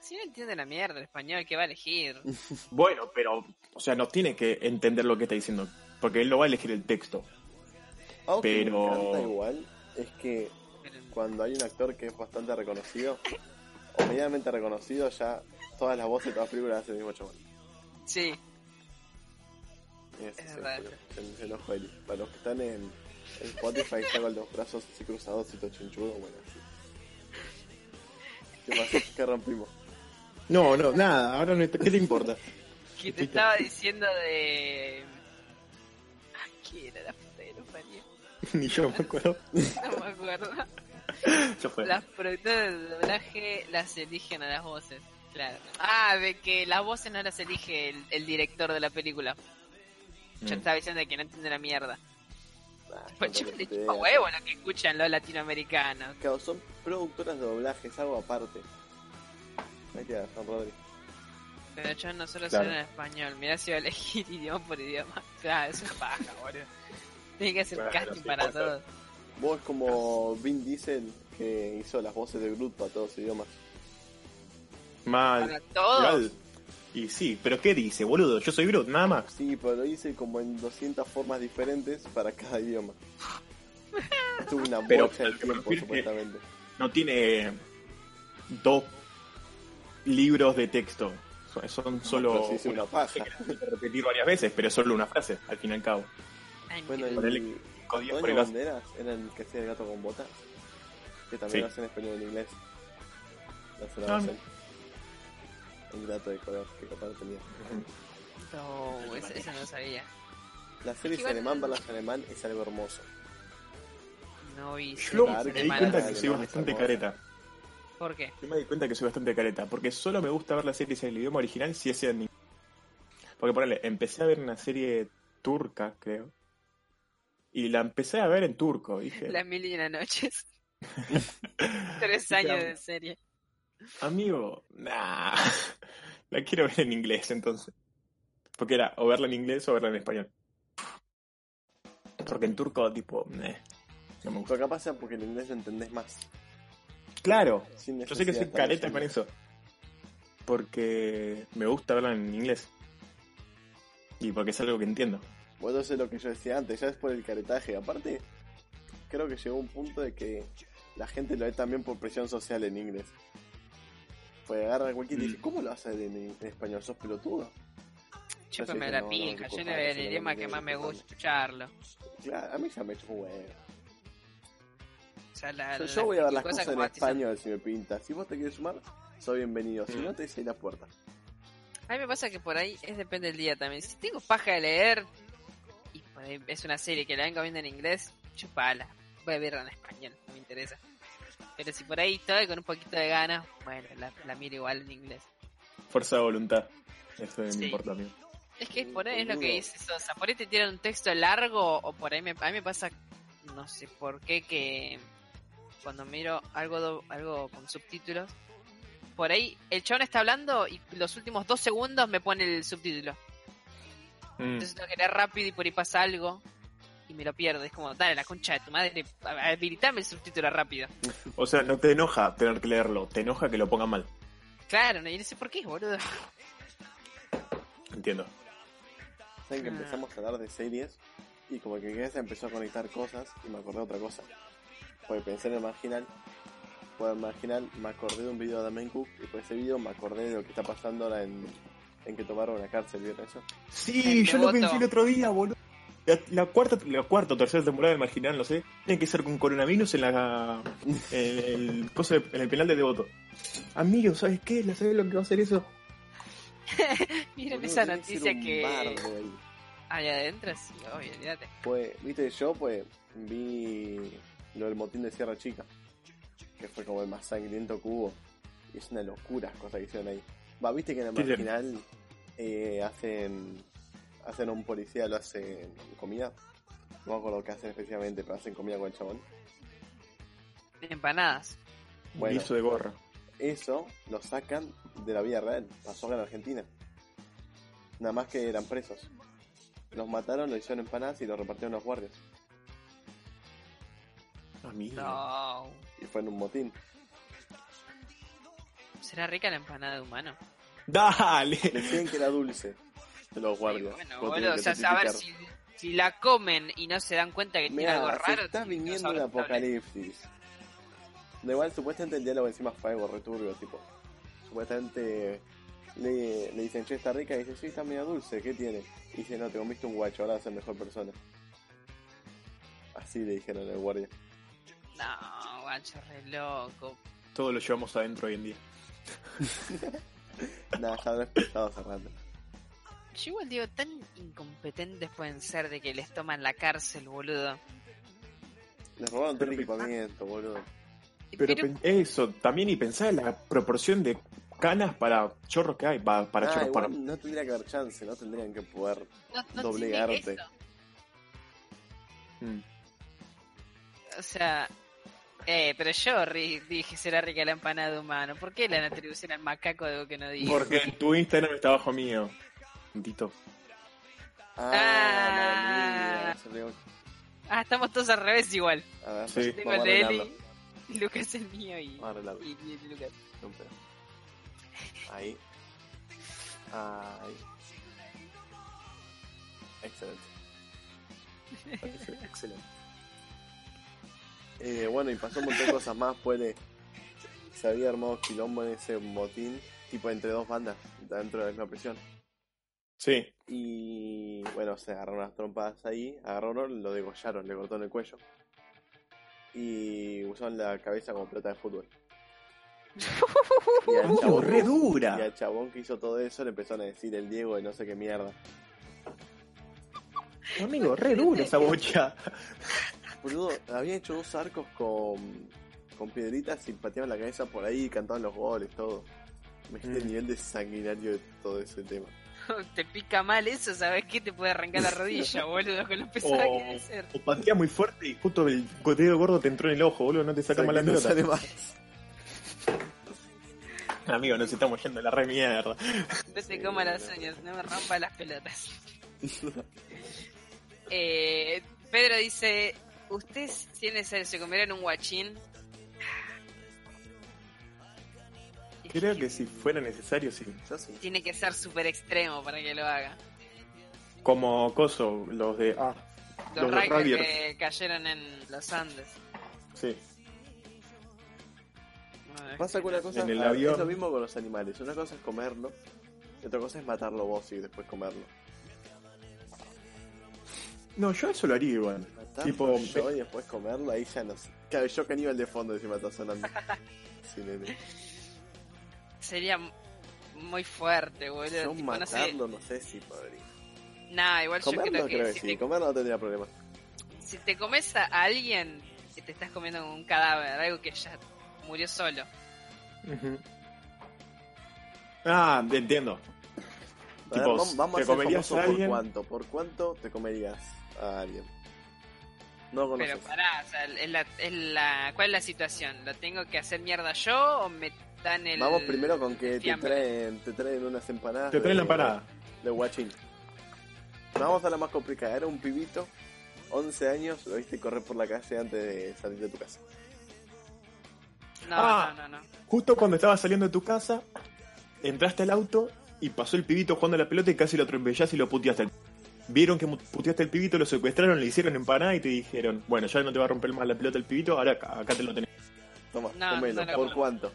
Si no entiende la mierda el español, ¿qué va a elegir?
Bueno, pero, o sea, no tiene que entender lo que está diciendo, porque él no va a elegir el texto.
Algo que
Pero-
me encanta igual es que
Pero-
cuando hay un actor que es bastante reconocido, o medianamente reconocido, ya todas las voces de todas las películas hacen el mismo chaval.
Sí,
Es,
Es
es
verdad.
el, el ojo de Eli. Para los que están en, en Spotify, está con los brazos así cruzados y todo chinchudo, bueno, así. ¿Qué pasó? ¿Qué rompimos?
No, no, nada, ahora no, ¿qué te importa?
que te estaba diciendo de. Ah, ¿qué era la puta de los parió?
Ni yo me acuerdo.
No me acuerdo.
Ya fue.
Las productoras de doblaje las eligen a las voces. Claro. Ah, de que las voces no las elige el, el director de la película.
Mm.
Yo estaba diciendo de que no entiende la mierda.
Nah,
Pues
yo
yo
no
le
tengo
chupa
idea.
huevo lo que escuchan los latinoamericanos.
Claro, son productoras de doblaje, es algo aparte. Hay que son Rodri.
Pero yo no solo
Claro.
soy en español. Mirá si voy a elegir idioma por idioma. Claro, es una paja, boludo. Tiene que hacer
Bueno,
casting
sí,
para
puede ser.
todos.
Vos es como Vin Diesel que hizo las voces de Groot para todos los idiomas.
Para
Mal.
todos.
Igual. Y sí, pero ¿qué dice, boludo? Yo soy Groot, nada más.
Sí, pero lo hice como en 200 formas diferentes para cada idioma. Estuvo una
Pero,
bocha de
lo que me
tiempo,
refiero es que-
supuestamente.
No tiene dos libros de texto. Son- Son solo.
Pero sí, es una paja.
Hay que repetir varias veces, pero es solo una frase, al fin y al cabo.
Ay,
Bueno,
mi-
Ponele
y
Con diez por
Antonio
el as-
Banderas era el que hacía el gato con botas. Que también
Sí.
lo hacen en español y en inglés. Lo hacen
Ah,
la versión. Un gato de color que capaz no tenía.
No, eso, eso Uh, no lo sabía.
La serie
que
es
igual-
alemán, balas alemán es algo hermoso.
No vi.
Yo
series
me
Claro,
di
alemanas.
cuenta que soy
Alemán,
bastante
hermoso.
careta.
¿Por qué?
Yo me di cuenta que soy bastante careta, porque solo me gusta ver las series en el idioma original si es en inglés. Porque ponele, empecé a ver una serie turca, creo. Y la empecé a ver en turco, dije.
Las mil y una noches. Tres años de serie.
Amigo, nah. La quiero ver en inglés entonces. Porque era o verla en inglés o verla en español. Porque en turco, tipo, meh, no me gusta.
Pero capaz sea porque en inglés lo entendés más.
Claro,
sin
yo sé que
necesidad de
soy
estar
careta
leyendo.
con eso. Porque me gusta verla en inglés. Y porque es algo que entiendo.
Bueno, eso es lo que yo decía antes, ya es por el caretaje. Aparte, creo que llegó un punto de que la gente lo ve también por presión social en inglés. Pues agarra cualquier y
Mm.
dice, ¿cómo lo haces en, en español? ¿Sos pelotudo?
Chúpame
que
la
no, no,
pija, yo
disculpa,
le voy al
eso no
idioma
me
que más me
disculpa.
gusta escucharlo.
Claro, a mí ya me chupa un huevo.
O sea, la,
Yo,
la-
yo voy a ver las
cosa
cosas en
como artesano.
español si me pinta. Si vos te quieres sumar, soy bienvenido. Si
Mm.
no, te hice la puerta.
A mí me pasa que por ahí es depende del día también. Si tengo paja de leer y por ahí es una serie que la vengo viendo en inglés, chupala. Voy a verla en español, no me interesa. Pero si por ahí estoy con un poquito de ganas, bueno, la, la miro igual en inglés.
Fuerza de voluntad. Eso me
Sí.
importa a mí.
Es que por ahí es lo que
Boludo.
dice Sosa. Por ahí te tiran un texto largo o por ahí me, a mí me pasa, no sé por qué, que cuando miro algo, do- algo con subtítulos, por ahí el chabón está hablando y los últimos dos segundos me pone el subtítulo.
Mm.
Entonces tengo que leer rápido y por ahí pasa algo y me lo pierdo. Es como, dale la concha de tu madre, habilitame el subtítulo rápido.
O sea, no te enoja tener que leerlo, te enoja que lo pongan mal.
Claro, no, y no sé por qué, boludo.
Entiendo.
Saben que
Ah.
empezamos a hablar de series y como que Gresa empezó a conectar cosas y me acordé de otra cosa. Porque pensé en el marginal, por el marginal me acordé de un video de Damien Cook y por ese video me acordé de lo que está pasando ahora en, en que tomaron la cárcel, ¿vieron eso?
Sí,
El
yo lo
devoto.
pensé el otro día, boludo. La, la cuarta, la cuarta o tercera temporada del Marginal, no sé, tiene que ser con coronavirus en la en el, coso de- en el penal de Devoto. Amigo, ¿sabes qué? ¿La sabes lo que va a hacer eso?
Miren
Boludo,
esa
tiene que
noticia
ser un
que...
bardo ahí.
Allá adentro, sí, obvio, olvídate.
Pues, viste, yo pues vi lo del motín de Sierra Chica, que fue como el más sangriento que hubo. Y es una locura las cosas que hicieron ahí. Va, viste que en el
Sí, sí.
marginal eh, hacen hacen a un policía, lo hacen comida. No me acuerdo qué hacen específicamente, pero hacen comida con el chabón.
Empanadas.
Bueno.
Guiso de gorra.
Eso lo sacan de la vida real. Pasó acá en Argentina. Nada más que eran presos. Los mataron, los hicieron empanadas y los repartieron a los guardias.
Amigo.
No.
Y fue en un motín.
¿Será rica la empanada de humano?
Dale.
Decían que era dulce. Los
Sí,
guardias.
bueno,
Vos
boludo, o
tenés que
sea, a ver
testificar.
si, si la comen y no se dan cuenta que tiene
Mirá,
algo
se
raro.
está
no
viniendo
saben
el
hablar.
apocalipsis. Da igual, supuestamente el diálogo encima fue algo returbio, tipo. Supuestamente le, le dicen, che, está rica, y dice, sí, está medio dulce, ¿qué tiene? Y dice, no, te comiste un guacho, ahora vas a ser mejor persona. Así le dijeron al guardia.
No, guacho, re loco.
Todo lo llevamos adentro hoy en día.
Nada, ya lo he escuchado hace rato.
Yo igual digo, tan incompetentes pueden ser de que les toman la cárcel, boludo.
Les robaron
Pero-
todo el
ah,
equipamiento, boludo.
Pero, pen- eso, también y pensar en la proporción de canas para chorros que hay, pa- para
Ah,
chorros,
igual
para...
No tendría que haber chance, no tendrían que poder.
no, no
doblegarte.
tiene eso.
Mm.
O sea, eh, pero yo ri- dije será rica la empanada de humano. ¿Por qué le dan atribución al macaco algo que no digo?
Porque tu Instagram está bajo mío. Tito.
Ah,
Ah.
la mía,
Ah, estamos todos al revés igual.
A ver,
Sí.
Tengo
vamos
el
a
de
arreglarlo.
Eli, y Lucas el mío y,
Vamos a arreglarlo.
y- y Lucas.
No, pero- Ahí. Ahí. Excelente.
Excelente.
Eh, bueno, y pasó un montón de cosas más, pues de- se había armado quilombo en ese motín, tipo entre dos bandas, dentro de la misma prisión.
Sí.
Y bueno, se agarraron las trompadas ahí, agarraron, lo degollaron, le cortaron el cuello. Y usaron la cabeza como pelota de fútbol. Y al
Amigo,
chabón-
re
Y
dura.
al chabón que hizo todo eso le empezaron a decir el Diego de no sé qué mierda.
Amigo, re dura esa bocha.
Boludo, habían hecho dos arcos con, con piedritas y pateaban la cabeza por ahí y cantaban los goles, todo. Me dijiste el
Mm.
nivel de sanguinario de todo ese tema.
Oh, Te pica mal eso, ¿sabes qué? Te puede arrancar la rodilla, boludo, con lo pesado
O,
que debe ser.
o pateas muy fuerte y justo el dedo gordo te entró en el ojo, boludo, no te saca
O sea,
mal la
que no
pelota.
sale más.
Amigo, nos estamos yendo a la re mierda.
No
Sí,
te coma las
boludo.
uñas, no me rompa las pelotas. Eh, Pedro dice, ¿ustedes tienen se, se comieron un guachín?
Creo que si fuera necesario, sí.
Yo sí.
Tiene que ser súper extremo para que lo haga.
Como Coso, los de... Ah,
Los
Los de
rugby
Rugbyers.
que cayeron en los Andes.
sí.
No, es
Pasa
que
con
no.
una cosa,
En el
a ver,
avión.
es lo mismo con los animales. Una cosa es comerlo, y otra cosa es matarlo vos y después comerlo.
No, yo eso lo haría igual.
Matarlo
Tipo,
yo y después comerlo, ahí ya no sé. Claro, yo caníbal de fondo encima está sonando. Sí, nene.
Sería m- muy fuerte, boludo.
Yo
Tipo, no, sé.
matarlo, no sé si podría.
Nah, igual yo
Comerlo
creo
creo
que,
que
si,
sí,
te,
comerlo no tendría problema.
si te comes a alguien, que te estás comiendo un cadáver, algo que ya murió solo.
Ujú. Ah, entiendo.
A ver,
Tipo,
vam- vamos
¿te
a ser
comerías
famosos
a alguien?
por cuánto, por cuánto te comerías a alguien. No conoces.
Pero pará, o sea, es la, es la- ¿cuál es la situación? ¿Lo tengo que hacer mierda yo o me dan el.
Vamos primero con que te
fiambre?
traen, te traen unas empanadas.
Te traen la
de-
empanada.
De guachín. Vamos a la más complicada. Era un pibito, 11 años, lo viste correr por la calle antes de salir de tu casa.
No,
Ah.
no, no, no.
Justo cuando estabas saliendo de tu casa, entraste al auto y pasó el pibito jugando a la pelota y casi lo atropellaste y lo puteaste. Vieron que mu- puteaste al pibito, lo secuestraron, le hicieron empanada y te dijeron, bueno, ya no te va a romper más la pelota el pibito, ahora acá, acá te lo tenés.
Toma,
No,
comelo.
no lo
¿Por
como.
cuánto?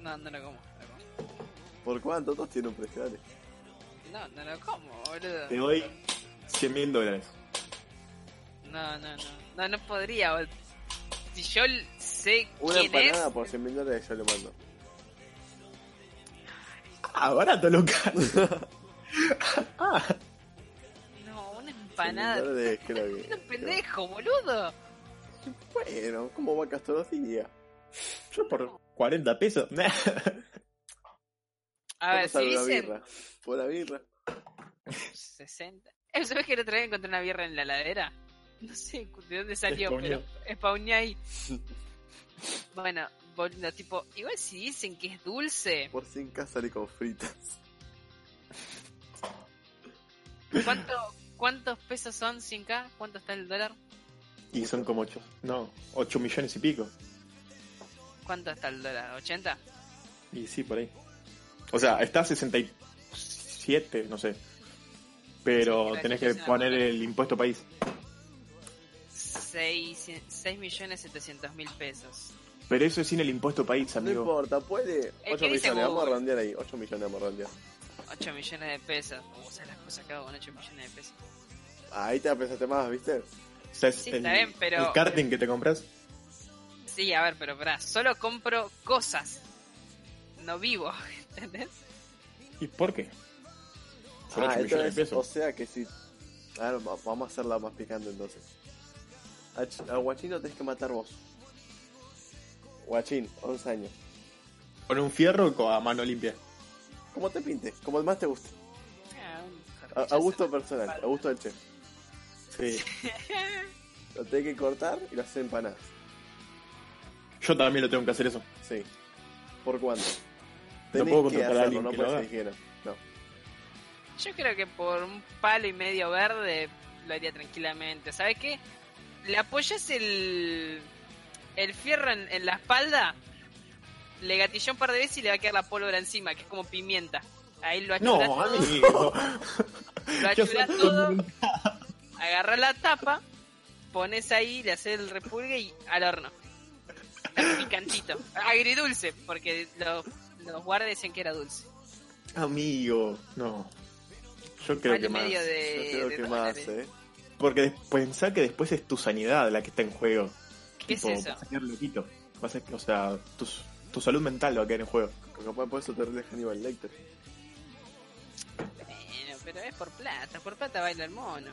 No, no lo como. no lo como.
¿Por cuánto? Todos tienen un precio, dale.
No, no lo como, boludo.
Te doy 100 mil dólares.
No, no, no. No, no podría. bol- Si yo l- sé
Una
quién
empanada
es,
por 100 mil dólares yo le mando.
Ah, barato, loca. ah,
no, una
100.000
empanada.
dólares creo que.
Es un pendejo, boludo. pues.
Bueno, ¿cómo va todos los días?
yo por 40 pesos.
A ver,
Vamos
si
a la
dicen
birra. Por la birra.
60. Eh, ¿Sabes que el otro día encontré una birra en la ladera? No sé de dónde salió,
Spawneó.
pero spawné ahí. Bueno, volviendo, tipo, igual si dicen que es dulce,
Por 100 k salí con fritas.
¿Cuánto, ¿Cuántos pesos son 100k? ¿Cuánto está el dólar?
Y son como 8, no, 8 millones y pico.
¿Cuánto está el dólar? ¿80?
Y sí, por ahí. O sea, está a 67, no sé. Pero
Sí, creo
tenés que
que es una
poner
locura.
el impuesto país.
6, 6 millones 700 mil pesos.
Pero eso es sin el impuesto país,
No
amigo.
importa, puede. 8
que
millones,
dice
vamos a
Google.
redondear ahí. 8 millones vamos a redondear.
8 millones de pesos. O sea, las cosas que hago con 8 millones de pesos.
Ahí te la pensaste más, ¿viste?
O sea, es
Sí,
el,
está bien, pero-
el karting que te compras.
Sí, a ver, pero pará, solo compro cosas. No vivo, ¿entendés?
¿Y por qué? Son
Ah,
8 millones
entonces,
de
o
pesos.
sea que si. Ah, no, va- vamos a hacerla más picante entonces. A Ch- A Guachín lo tenés que matar vos. Guachín, 11 años.
Con un fierro o a mano limpia.
Como te pinte, como más te guste.
Ah, un
A, a gusto personal, a gusto del chef.
Sí.
Lo tenés que cortar y lo haces empanadas.
Yo también lo tengo que hacer eso.
Sí. ¿Por cuánto?
No
Tenés
puedo
que
contratar a
hacerlo,
alguien
no
que lo
puedes
haga.
elegir. No.
Yo creo que por un palo y medio verde lo haría tranquilamente. ¿Sabes qué? Le apoyas el, el fierro en, en la espalda, le gatilló un par de veces y le va a quedar la pólvora encima, que es como pimienta. Ahí lo
No,
achurás todo,
amigo.
lo
Yo
achurás
soy-
todo, agarrás la tapa, pones ahí, le haces el repulgue y al horno. Está picantito. Agridulce, porque los, los guardias decían que era dulce.
Amigo. No. Yo creo
Palo y
que más.
medio
Yo
de,
creo
de
que más,
dólares.
eh.
Porque des- pensá que después es tu sanidad la que está en juego.
¿Qué es
Tipo,
eso?
Vas a quedar loquito. Vas a- o sea, tu, tu salud mental va a quedar en juego.
Porque capaz por eso te de Hannibal Lecter.
Bueno, pero es por plata, por plata baila el mono.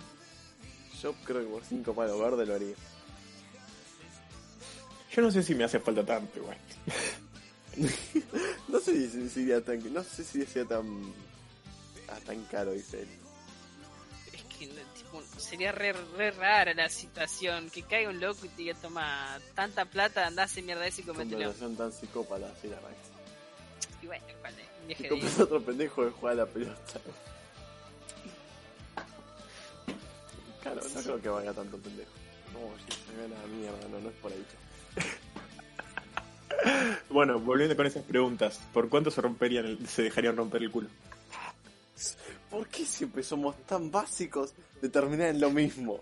Yo creo que por 5 palos verdes lo haría.
Yo no sé si me hace falta tanto, igual.
No sé si, si iría tan. No sé si sea tan. Ah, tan caro, dice él.
Es que no, tipo, sería re, re rara la situación, que caiga un loco y te diga, toma, tanta plata, andás y mierda eso y comételo.
Conversación tan psicópata, así la raíz.
Y bueno, vale, un viaje
Y
de
compras otro pendejo de jugar a la pelota. Claro, no creo que valga tanto pendejo. No, si se ve la mierda, no, no es por ahí.
Bueno, volviendo con esas preguntas. ¿Por cuánto se romperían, el- se dejarían romper el culo?
¿Por qué siempre somos tan básicos de terminar en lo mismo?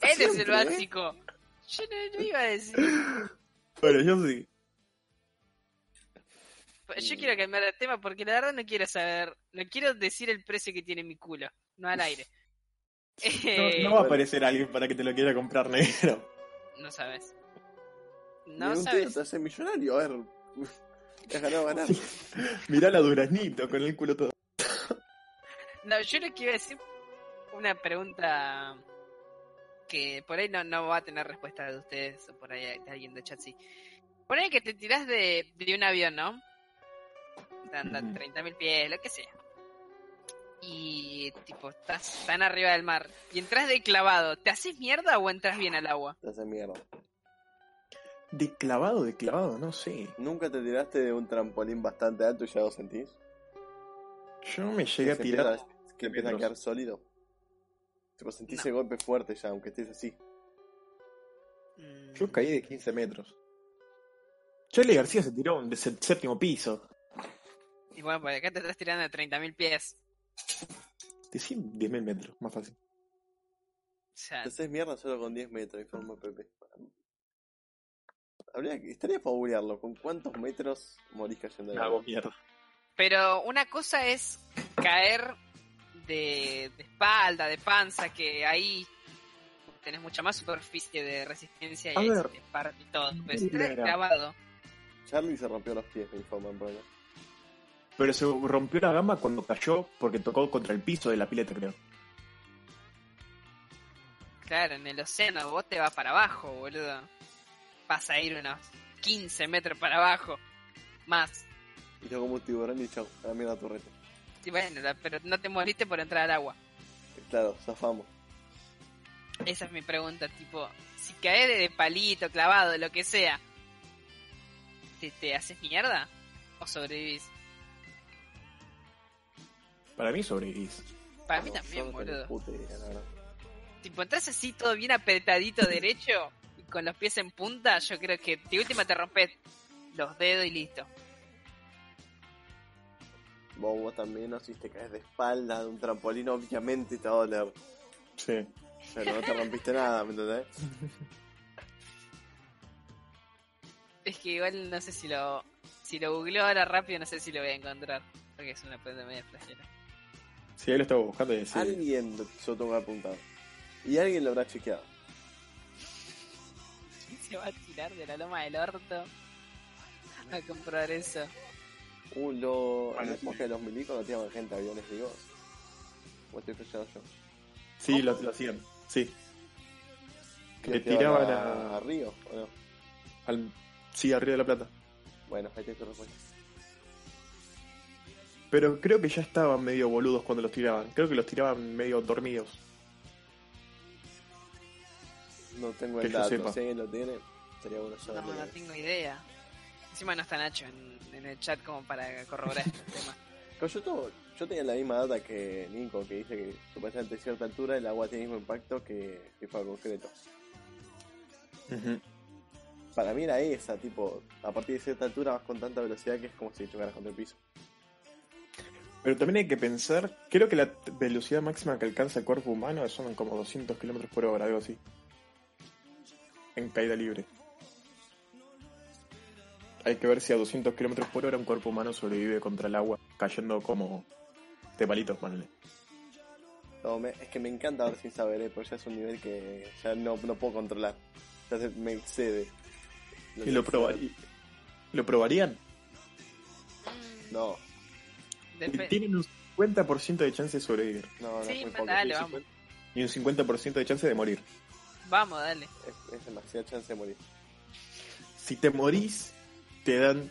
Él es el
Siempre, ¿eh?
básico. Yo no, no iba a decir.
Bueno, yo sí.
Yo quiero cambiar de tema porque la verdad no quiero saber, no quiero decir el precio que tiene mi culo, no al aire. Eh,
No, no va a aparecer alguien para que te lo quiera comprar negro.
no sabes.
Ni
No
un tiro
sabes.
te hace millonario, a ver. Te has ganado ganar.
Mirá la duraznito con el culo todo.
No, yo le quiero decir una pregunta que por ahí no, no va a tener respuesta de ustedes o por ahí de alguien de chat, sí. Por ahí que te tirás de, de un avión, ¿no? Anda
Ujú.
30.000 pies, lo que sea. Y tipo, estás tan arriba del mar y entras de clavado. ¿Te haces mierda o entras bien al agua?
Te hace mierda.
De clavado, de clavado, no sé.
¿Nunca te tiraste de un trampolín bastante alto y ya lo sentís?
Yo me llegué a
se
tirar.
empieza- que empieza a quedar sólido. Tipo, sentís el golpe fuerte ya, aunque estés así.
Mm,
Yo caí de 15 metros. Charlie García se tiró de ese séptimo piso.
Y bueno, por acá te estás tirando de 30.000 pies.
De 100, 10.000 metros, más fácil.
O sea,
Te haces mierda solo con 10 metros, informa Pepe. Habría, que- estaría para googlearlo, ¿Con cuántos metros morís cayendo de la
Hago mierda.
Pero una cosa es caer de, de espalda, de panza, que ahí tenés mucha más superficie de resistencia y
A
ahí
ver.
se te parte todo. pues, Pero
Sí,
si tenés
era.
clavado,
Charlie se rompió los pies, me informan, Bruno.
Pero se rompió la gama cuando cayó porque tocó contra el piso de la pileta, creo.
claro, en el océano vos te vas para abajo, boludo. Vas a ir unos 15 metros para abajo. Más.
Y yo como un tiburón y chau, a la mierda tu reto.
Y bueno, la- pero no te moriste por entrar al agua.
Eh, Claro, zafamos.
Esa es mi pregunta, tipo, si caes de palito, clavado, lo que sea, ¿te, te haces mierda? ¿O sobrevivís?
Para mí sobrevivís.
Para mí
Como
también,
yo, que
boludo.
me pute, la verdad.
Tipo, entras así todo bien apretadito derecho y con los pies en punta, yo creo que de última te rompes los dedos y listo.
Vos, vos también, no si te caes de espalda de un trampolín, obviamente te va a doler.
Sí.
Pero no te rompiste nada, ¿me entendés?
Es que igual no sé si lo si lo googleo ahora rápido, no sé si lo voy a encontrar. Porque es una prenda media flashera.
Sí, él lo estaba buscando y decía.
Alguien lo quiso tomar apuntado. Y alguien lo habrá chequeado.
Se va a tirar de la loma del orto a comprar eso.
Uh, lo...
Bueno,
en la
sí.
época de los milicos no tiraban gente a aviones de vos. O estoy pensando yo.
Sí, lo, lo hacían. Sí.
Que
Le
lo tiraban
tiraban
a...
a-
a Río, ¿o no?
Al, sí, a Río de la Plata.
Bueno, ahí te tu respuesta.
Pero creo que ya estaban medio boludos cuando los tiraban. Creo que los tiraban medio dormidos.
No tengo
Que
el
yo
dato.
sepa.
Si alguien lo tiene, sería bueno saberlo.
No, no tengo idea. Encima no está Nacho en, en el chat como para corroborar este tema.
Pero yo, to- yo tenía la misma data que Nico, que dice que supuestamente a cierta altura el agua tiene el mismo impacto que FIFA concreto. Para mí era esa, tipo, a partir de cierta altura vas con tanta velocidad que es como si chocaras contra el piso.
Pero también hay que pensar. Creo que la t- velocidad máxima que alcanza el cuerpo humano son como 200 kilómetros por hora, algo así. En caída libre. Hay que ver si a 200 kilómetros por hora un cuerpo humano sobrevive contra el agua cayendo como de palitos, ponele.
No, me- es que me encanta ver sin saber, ¿eh? pero ya es un nivel que ya no, no puedo controlar. Ya se- me excede.
¿Y lo, proba- y- ¿Lo probarían?
No,
Dep-
Tienen un 50% de chance de sobrevivir
no, no
Sí,
es muy poco.
dale,
Es-
vamos.
y un 50% de chance de morir.
Vamos, dale.
Es, demasiada chance de morir.
Si te morís, te dan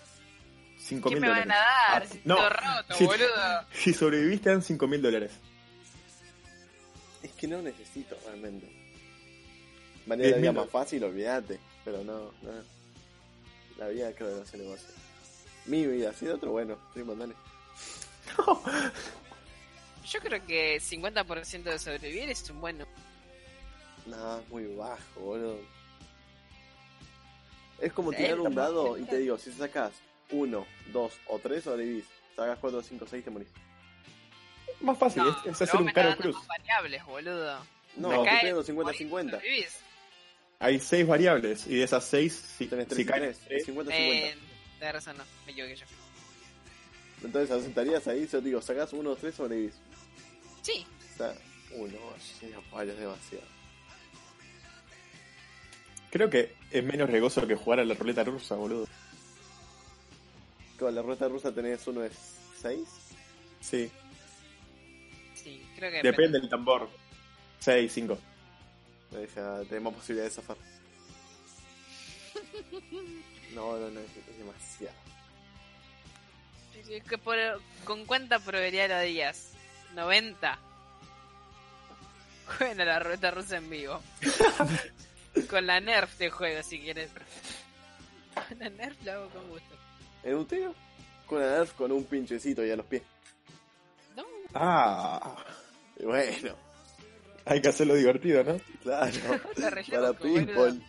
5
¿Qué
mil
me
dólares.
van a dar?
Ah,
Si
no.
estoy roto,
Sí.
boludo.
Si sobrevivís, te dan 5 mil dólares.
Es que no necesito realmente. Manera de
Diez
vida
mil
más fácil, olvídate. Pero no, no. La vida creo que no se negocia. Mi vida, si de otro, bueno, primo, dale.
Yo creo que 50% de sobrevivir es un buen número.
No, es muy bajo, boludo. Es como
Sí,
tirar un
toma.
dado y te digo, si sacas uno, dos o tres, sobrevivís. Sacas cuatro, cinco, seis, te morís.
Más fácil, es, es hacer
pero vos
un
me estás
caro
dando
cruz.
más variables, boludo.
No.
No, te
Acá
pego
es
50-50.
¿Sobrevivís?
Hay 6 variables y de esas 6, si,
Tenés
si
3
caen
tres,
tres,
50-50.
Eh, tenés razón, no. Me equivoqué yo.
Entonces aceptarías ahí, yo te digo, sacas uno, tres, sobrevivís.
Sí,
O sea, uno, llega palos demasiado.
creo que es menos riesgoso que jugar a la ruleta rusa, boludo.
Con la rueda rusa tenés uno de seis.
Sí,
sí, creo que
depende del tambor. 6, 5.
Eh, Ya tenemos posibilidad de zafar. No, no, no, es, es demasiado.
Es que por- ¿Con cuánta probabilidad lo días? 90. Jueguen a la ruleta rusa en vivo. con la Nerf te juego si quieres. Con la Nerf la hago con gusto.
En un tiro, con una nerf con un pinchecito y a los pies.
No,
Ah,
Y bueno,
hay que hacerlo divertido, ¿no?
claro.
Te re
para
loco, boludo.
pinball.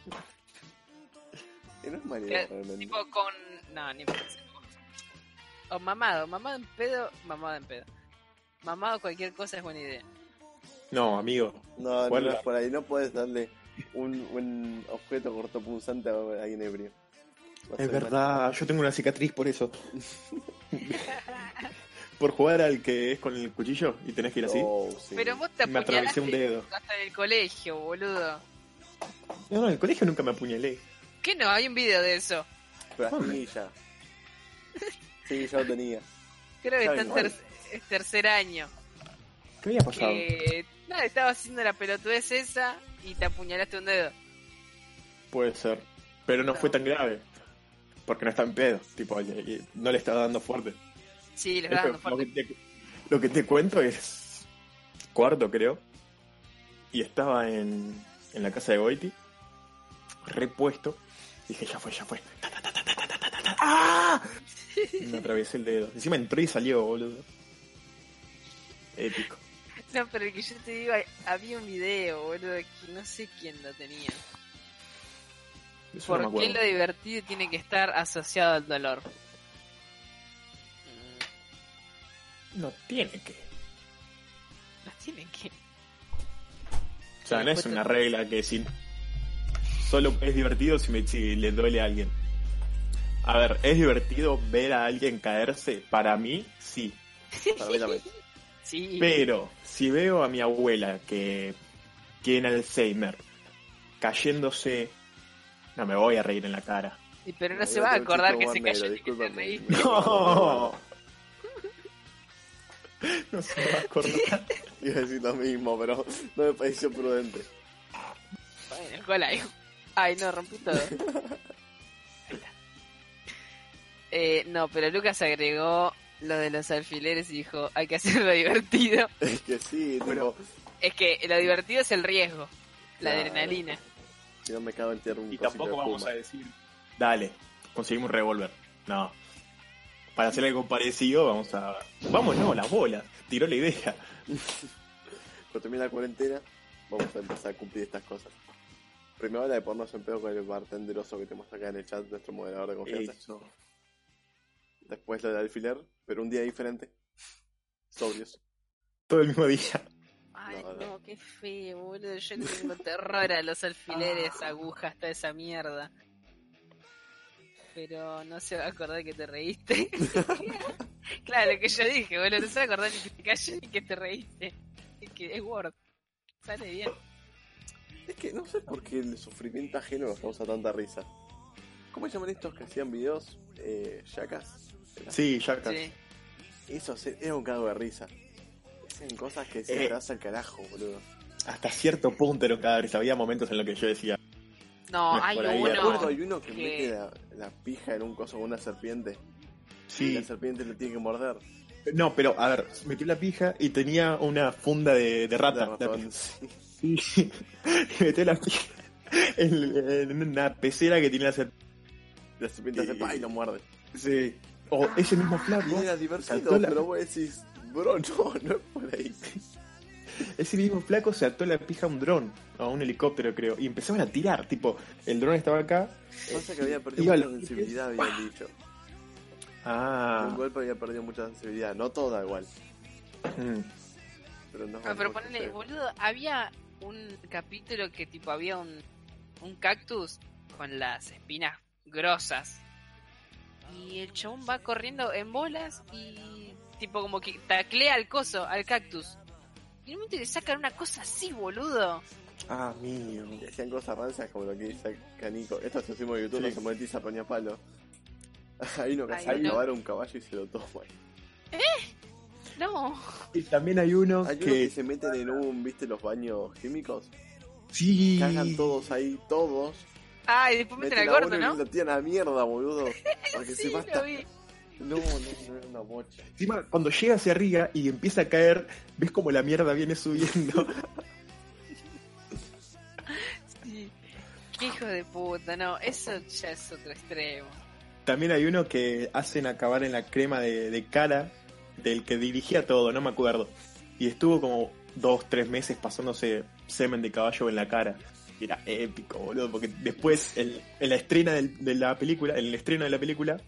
Y no es manera
Que-
realmente.
tipo con. No, ni pensé. O mamado, mamado en pedo, mamado en pedo. Mamado cualquier cosa es buena idea.
No, amigo.
No, no,
Bueno.
no es por ahí. No puedes darle un, un objeto cortopunzante a alguien ebrio. Va a
Es
ser
verdad, yo tengo una cicatriz por eso. por jugar al que es con el cuchillo y tenés que ir
mal.
así.
Oh, sí.
Pero vos te
Me atravesé un
apuñalaste
dedo.
hasta en el colegio, boludo.
No, no, en el colegio nunca me apuñalé.
¿Qué no? Hay un video de eso.
Pero astilla. Sí, ya lo tenía.
Creo que
Está
está en
bien,
ter- es tercer año.
¿Qué había pasado?
Que nada, estaba haciendo la pelotudez esa y te apuñalaste un dedo.
Puede ser. Pero no fue tan grave. Porque no está en pedo. Tipo, y- y no le está dando fuerte.
Sí, le estaba dando
Lo que
fuerte.
te- lo que te cuento es cuarto, creo. Y estaba en, en la casa de Goiti, repuesto. Dije, ya fue, ya fue. Ta, ta, ta, ta, ta, ta, ta, ta, ta. ¡Ah! Me atravesé el dedo. Encima entró y salió, boludo. Épico.
No, pero el que yo te digo, hay- había un video, boludo, que no sé quién lo tenía.
Eso no me
¿Por qué
acuerdo.
lo divertido tiene que estar asociado al dolor? Mm,
No tiene que.
No tiene que.
O sea, no es una regla que si... Solo es divertido si, me, si le duele a alguien. A ver, ¿es divertido ver a alguien caerse? Para mí, sí.
Para mí también.
Sí.
Pero si veo a mi abuela que tiene Alzheimer cayéndose, no me voy a reír en la cara.
Y pero no
Voy
se
a
va a
hacer un
acordar que
chiste
se
bandero,
cayó y que se
discúlpame.
reí.
No, no se va a acordar.
Iba a decir lo mismo, pero no me pareció prudente.
Bueno, gol ahí. Ay, no, rompí todo. Ahí está. Eh, no, pero Lucas agregó lo de los alfileres y dijo, hay que hacerlo divertido.
Es que sí,
Bueno.
tipo,
Es que lo divertido es el riesgo, la
Claro.
adrenalina.
yo me cago en tierra un
Y
cosito
tampoco
de
vamos
espuma.
a decir, dale, conseguimos un revólver. No. Para hacer algo parecido, vamos a. Vamos, no, las bolas. Tiró la idea.
Cuando termine la cuarentena, vamos a empezar a cumplir estas cosas. Primero la de ponernos en pedo con el bartender oso que tenemos acá en el chat, nuestro moderador de confianza.
Eso.
Después la del alfiler, pero un día diferente. Sobrios.
Todo el mismo día.
Ay,
No, no.
no, qué feo, boludo. Yo le tengo terror a los alfileres, agujas, toda esa mierda. Pero no se va a acordar que te reíste. claro, lo que yo dije, boludo. No se va a acordar ni que te calles ni que te reíste. Es que es Word. Sale bien.
Es que no sé por qué el sufrimiento ajeno nos causa tanta risa. ¿Cómo llaman estos que hacían videos? Eh, ¿Yacas?
Sí, ya casi.
Sí.
Eso se- era un cago de risa. Hacen cosas que se
Eh.
te hace al carajo, boludo.
Hasta cierto punto era un cadáver. Había momentos en los que yo decía,
No,
No es
hay
por ahí,
Y aparte
uno.
hay uno que
que-
mete la, la pija en un coso con una serpiente. Y
sí,
la serpiente le tiene que morder.
No, pero a ver, metió la pija y tenía una funda de, de rata.
De ratón.
La- sí. y metió la pija en, en una pecera que tenía la ser-
La serpiente hace
Y-
pa y lo muerde.
sí. O ese mismo
Y
flaco,
era divertido,
saltó la-
pero vos decís, bro, no, no es por ahí.
ese mismo flaco se ató la pija a un dron, a un helicóptero creo, y empezaban a tirar, tipo, el dron estaba acá.
Pasa que había perdido
Iba
mucha
al-
sensibilidad, habían dicho. Un
Ah.
golpe había perdido mucha sensibilidad, no toda igual.
mm.
Pero no.
Ah, pero
no,
ponele,
pero-
boludo, había un capítulo que tipo había un, un cactus con las espinas grosas. Y el chabón va corriendo en bolas y tipo como que taclea al coso, al cactus. Y en un momento le sacan una cosa así, boludo.
Ah, mío.
Y hacían cosas rancias como lo que dice Canico. Esto se hicimos en YouTube,
Sí.
no se monetiza a paña palo. Ahí no que
Ay,
hacía
no.
grabar un caballo y se lo toma.
No.
Y también hay uno
Hay
que...
unos que se meten en un, viste, los baños químicos.
Sí.
Cagan todos ahí, todos.
Ah, y después meten al
a uno
gordo,
y
¿no?
Lo tiran a mierda, boludo. Para que
Sí,
se
lo
basta.
vi.
No, no, no era una bocha.
Encima, cuando llega hacia arriba y empieza a caer, ves como la mierda viene subiendo.
Sí. Qué hijo de puta, no. Eso ya es otro extremo.
También hay uno que hacen acabar en la crema de, de cara del que dirigía todo, no me acuerdo. Y estuvo como dos, tres meses pasándose semen de caballo en la cara. Y era épico, boludo, porque después en, en la estrena del- de la película, en el estreno de la película,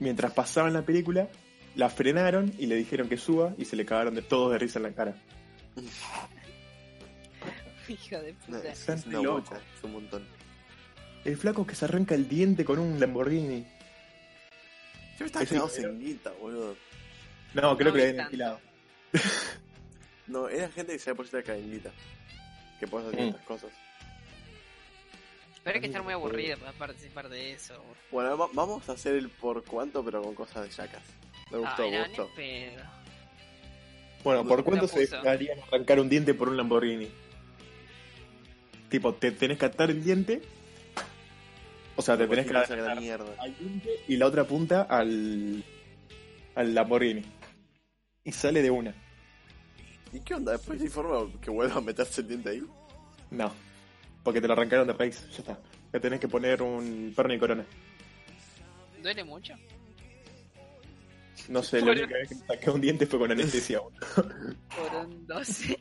mientras pasaban la película, la frenaron y le dijeron que suba y se le cagaron de todos de risa en la cara.
Hijo de
No,
puta.
es, es una
Loco.
bocha, es un montón.
El flaco que se arranca el diente con un Lamborghini.
Yo estaba
Es
quedado
el-
sin guita, boludo.
No
No, creo que lo
vi
habían
tanto.
alquilado.
No, era gente que se había puesto acá en guita. Que puedes hacer
Mm.
estas cosas.
Pero hay que estar muy aburrido para participar de eso. boludo.
Bueno, va- vamos a hacer el por cuánto, pero con cosas de yacas. Me gustó,
Ay, no,
me
ni
gustó.
pedo.
Bueno, ¿por cuánto se
puso.
dejarían arrancar un diente por un Lamborghini? Tipo, te tenés que atar el diente. O sea, te
Porque
tenés que
no saca la
atar
mierda.
al diente y la otra punta al, al Lamborghini. Y sale de una.
¿Y qué onda? Después se informa que vuelva a meterse el diente ahí.
No. Porque te lo arrancaron de raíz. Ya está. Te tenés que poner un perno y corona.
¿Duele mucho?
No sé, la
Por-
única vez que me saqué un diente fue con anestesia. boludo.
por un 12.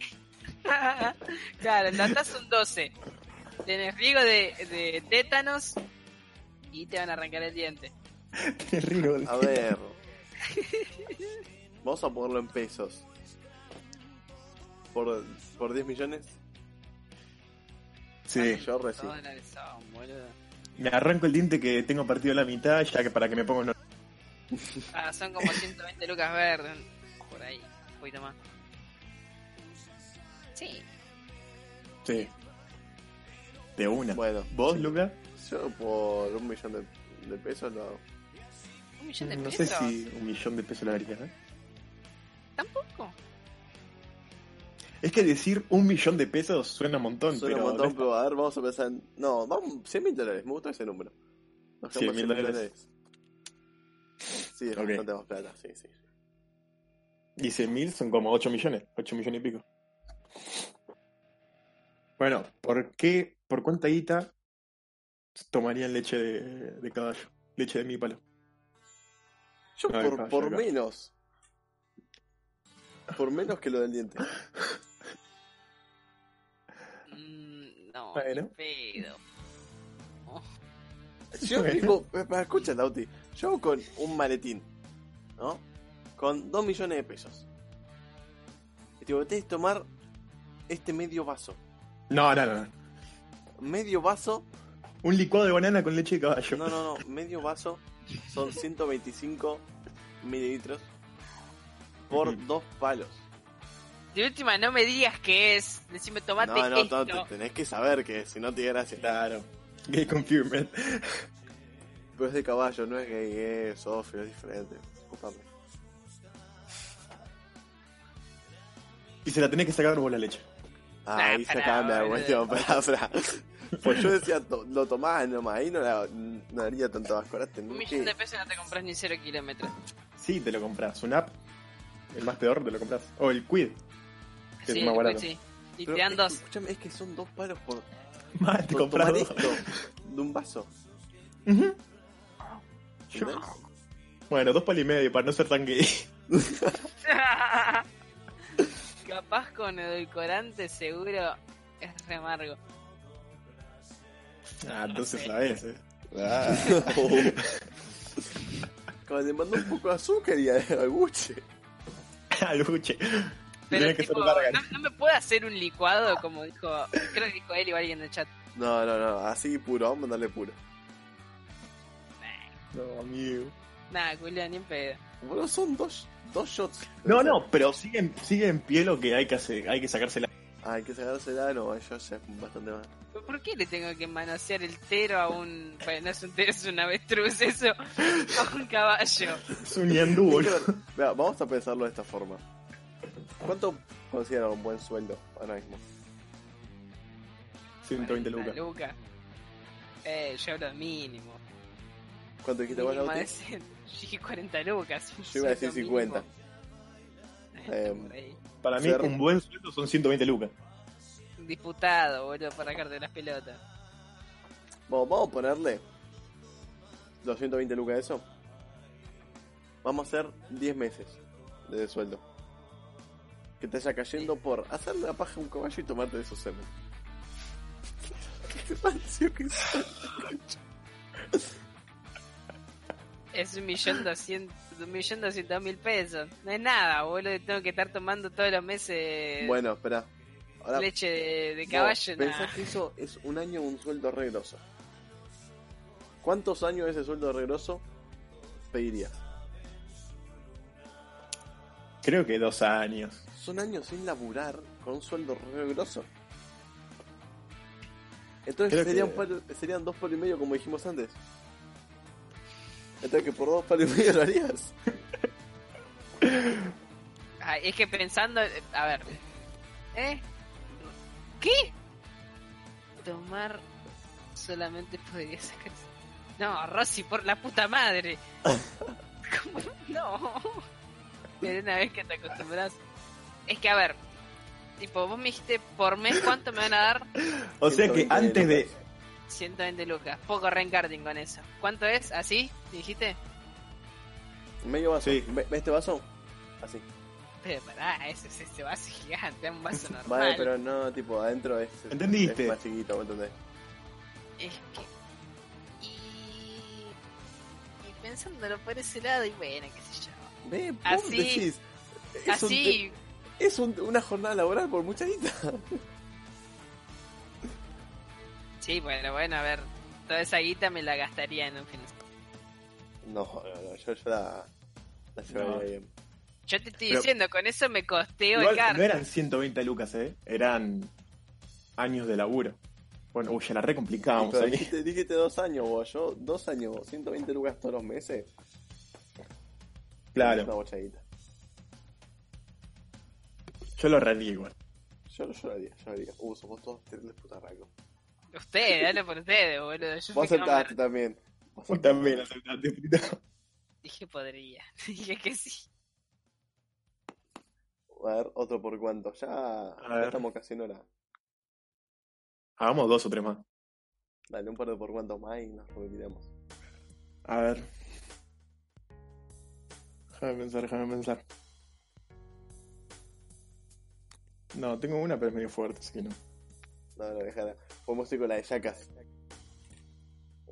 claro, el data es un 12. Tenés riego de, de tétanos y te van a arrancar el diente.
Te río,
A ver. Vamos a ponerlo en pesos. Por, por 10 millones,
Sí.
yo recibo.
Dólares son, boludo.
Me arranco el diente que tengo partido a la mitad ya que para que me ponga un...
Ah, son como 120 lucas verdes. Por ahí, un poquito más. Sí,
Sí. De una.
Bueno,
¿Vos, Luca?
yo por un millón de, de pesos lo hago.
un millón de
No sé
pesos.
si un millón de pesos la haría. ¿eh?
Tampoco.
Es que decir un millón de pesos suena un montón,
Suena
pero...
un montón, pero a ver, vamos a pensar en... No, vamos, 100 mil dólares, me gusta ese número. Nos quedamos
100.000
con 100.000 dólares. Sí,
Ok.
no tenemos plata, sí, sí.
Y 100 mil son como 8 millones, 8 millones y pico. Bueno, ¿por qué, por cuánta guita tomarían leche de, de caballo? Leche de mi palo.
Yo
Ahí
por,
está,
por
ya acá.
menos. Por menos que lo del diente.
Mm, no,
Bueno.
ni pedo.
Yo
Bueno.
digo, escucha, Lauti, yo con un maletín, ¿no? Con 2 millones de pesos. Y te digo, tenés que tomar este medio vaso.
No, no, no. no.
Medio vaso,
Un licuado de banana con leche de caballo.
no, no, no, medio vaso son 125 mililitros por
Ujú.
dos palos.
De última, no me digas que es. Decime, tomate
No, no,
esto.
no, te- tenés que saber que si no te da gracia.
Claro. Gay confirmed.
Pero es de caballo, no es gay, es ofio, es diferente. Disculpame.
Y se la tenés que sacar vos la leche.
Ah,
Nah,
Ahí se
pará,
acaban de dar
boludo.
cuestión, pará, pará. Pues yo decía, to- lo tomás nomás, ahí no, la, no haría tanto asco. Ahora
Un
tenés
millón de
que...
pesos no te compras ni cero kilómetros.
Sí, te lo compras. Un app, el más peor, te lo compras. O el quid. Que es más
pues
barato.
sí. Y
Pero
te dan
es-
dos.
Escúchame, es que son dos palos por,
Mal, te
por
compras
tomar
dos.
esto de un vaso.
Ujú.
¿entendés?
Bueno, dos palos y medio para no ser tan gay.
Capaz con edulcorante seguro es remargo.
Ah, entonces sabés, eh.
Como le mandó un poco de azúcar y al buche.
Aluche.
Pero
Tenés que
tipo,
ser larga.
no, no me puedo hacer un licuado como dijo, creo que dijo él o alguien en el chat.
No, no, no, así puro, vamos a mandarle puro.
No, amigo.
Nada, Julián, ni en pedo.
Bueno, son dos, dos shots.
No, no, pero sigue, en- sigue en pie lo que hay que hacer, hay que sacársela.
Ah, hay que sacársela, no, yo sé bastante más.
¿Pero ¿Por qué le tengo que manosear el tero a un... Bueno, no es un tero, es un avestruz eso. A un caballo.
Es un ñandú,
Hay que
boludo.
ver. Mira, vamos a pensarlo de esta forma. ¿Cuánto considera un buen sueldo ahora mismo?
120
Una
lucas.
Luca. Eh, yo hablo mínimo.
¿Cuánto dijiste vos,
Mínimo
Lauti?
de cien. Yo dije 40 lucas.
Yo iba a decir 50. Eh,
Ahí.
Para mí,
Ser-
un buen sueldo son 120 lucas.
Disputado, boludo, para sacarte las pelotas.
Vamos, vamos a ponerle 220 lucas de eso. Vamos a hacer 10 meses de sueldo. Que te haya cayendo por hacer la paja a un caballo y tomarte de esos semen. Qué rancio que soy.
Es un millón doscientos, un millón doscientos mil pesos. No es nada, boludo. Tengo que estar tomando todos los meses
Bueno, espera. Ahora,
Eh, leche de, de
vos
caballo. nah.
Pensás que eso es un año un sueldo re grosso. ¿Cuántos años de ese sueldo re grosso pedirías?
Creo que dos años.
Son años sin laburar con un sueldo re grosso. Entonces
Creo
serían,
que-
palo- serían dos palos y medio como dijimos antes. Entonces que por dos palos y medio lo harías.
Ah, es que pensando. eh, A ver. ¿Eh? ¿Qué? Tomar solamente podría sacar. No, Rosy, por la puta madre. ¿Cómo? No. Pero una vez que te acostumbras. Es que, a ver. Tipo, vos me dijiste por mes cuánto me van a dar.
O sea que
120
antes de.
lucas.
120 lucas. Poco reencarting con eso. ¿Cuánto es? ¿Así? ¿Dijiste?
Medio vaso.
Sí.
¿Ve- ¿Ves este vaso? Así.
Pero pará, ese, ese, ese vaso es gigante, es un vaso normal.
Vale, pero no, tipo, adentro es,
¿Entendiste?
es más chiquito, ¿me entendés?
Es que. Y. Y pensándolo por ese lado, y bueno, qué sé yo.
Ve, vos
Así.
decís, es, un
Así,
te- es un- una jornada laboral por mucha guita.
sí, bueno, bueno, a ver. Toda esa guita me la gastaría en un fin de semana.
No, no, no, yo, yo la, la llevaría
No.
bien.
Yo te estoy
Pero-
diciendo, con eso me costeo
Igual
el carro.
no eran 120 lucas, ¿eh? Eran años de laburo. Bueno, uy, ya la recomplicábamos
Pero
ahí.
dijiste, dijiste dos años vos, yo dos años, 120 lucas todos los meses. Es una
Claro,
bocha de guita.
yo lo rendí igual.
Yo yo lo haría, yo lo haría. Uh, somos todos terribles puta raro.
Ustedes, dale por ustedes, boludo. Yo fui
Vos
que no
aceptaste
me-
también. Vos
Vos
aceptaste.
también aceptaste, puta.
Dije podría. Dije que sí.
A ver, otro por cuánto. Ya, ya
ver.
estamos casi en hora.
Hagamos dos o tres más.
Dale un par de por cuánto más y nos retiramos.
A ver. Déjame pensar, déjame pensar. No, tengo una, pero es medio fuerte, así que no.
No, no, dejala. Podemos ir con la de Yacas.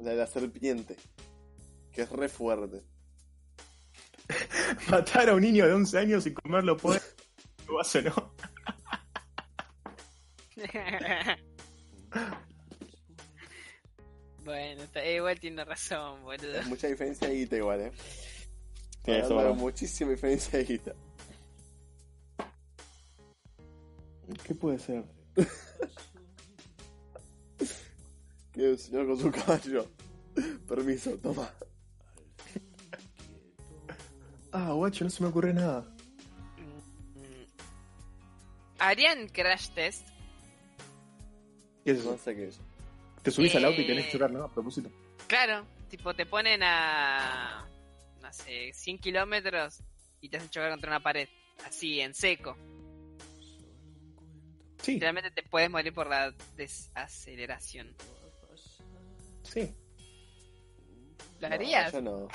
La de la serpiente. Que es re fuerte.
Matar a un niño de 11 años y comerlo puede. ¿Lo vas o no?
bueno, está- igual tiene razón, boludo.
Es mucha diferencia de guita igual, eh.
Sí, eso
Hablando de
va.
muchísima diferencia de guita.
¿Qué puede ser?
Que el señor con su caballo. Permiso, toma.
Ah, guacho, no se me ocurre nada.
Mm. ¿Harían crash test?
¿Qué es
No
eso?
sé qué es.
Te subís al auto y
Eh.
tenés que chocar, ¿no? A propósito.
Claro, tipo te ponen a. No sé, 100 kilómetros y te hacen chocar contra una pared. Así, en seco.
Sí,
Realmente te puedes morir por la desaceleración.
sí.
¿Lo
No,
harías?
yo no.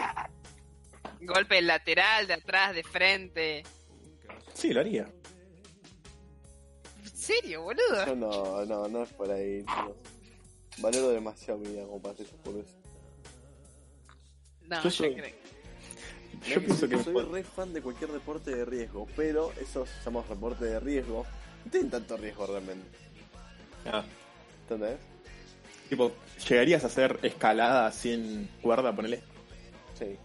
Golpe lateral, de atrás, de frente.
Sí, lo haría.
¿En serio, boludo?
Yo no, no, no es por ahí, chicos. Valoro demasiado mi vida como para hacer esas boludeces.
No,
Yo
yo,
soy-
creo.
Yo pienso que.
soy re fan de cualquier deporte de riesgo, pero esos llamamos deporte de riesgo no tienen tanto riesgo realmente.
Ah,
¿Entendés?
tipo, llegarías a hacer escalada sin cuerda, ponele.
Sí.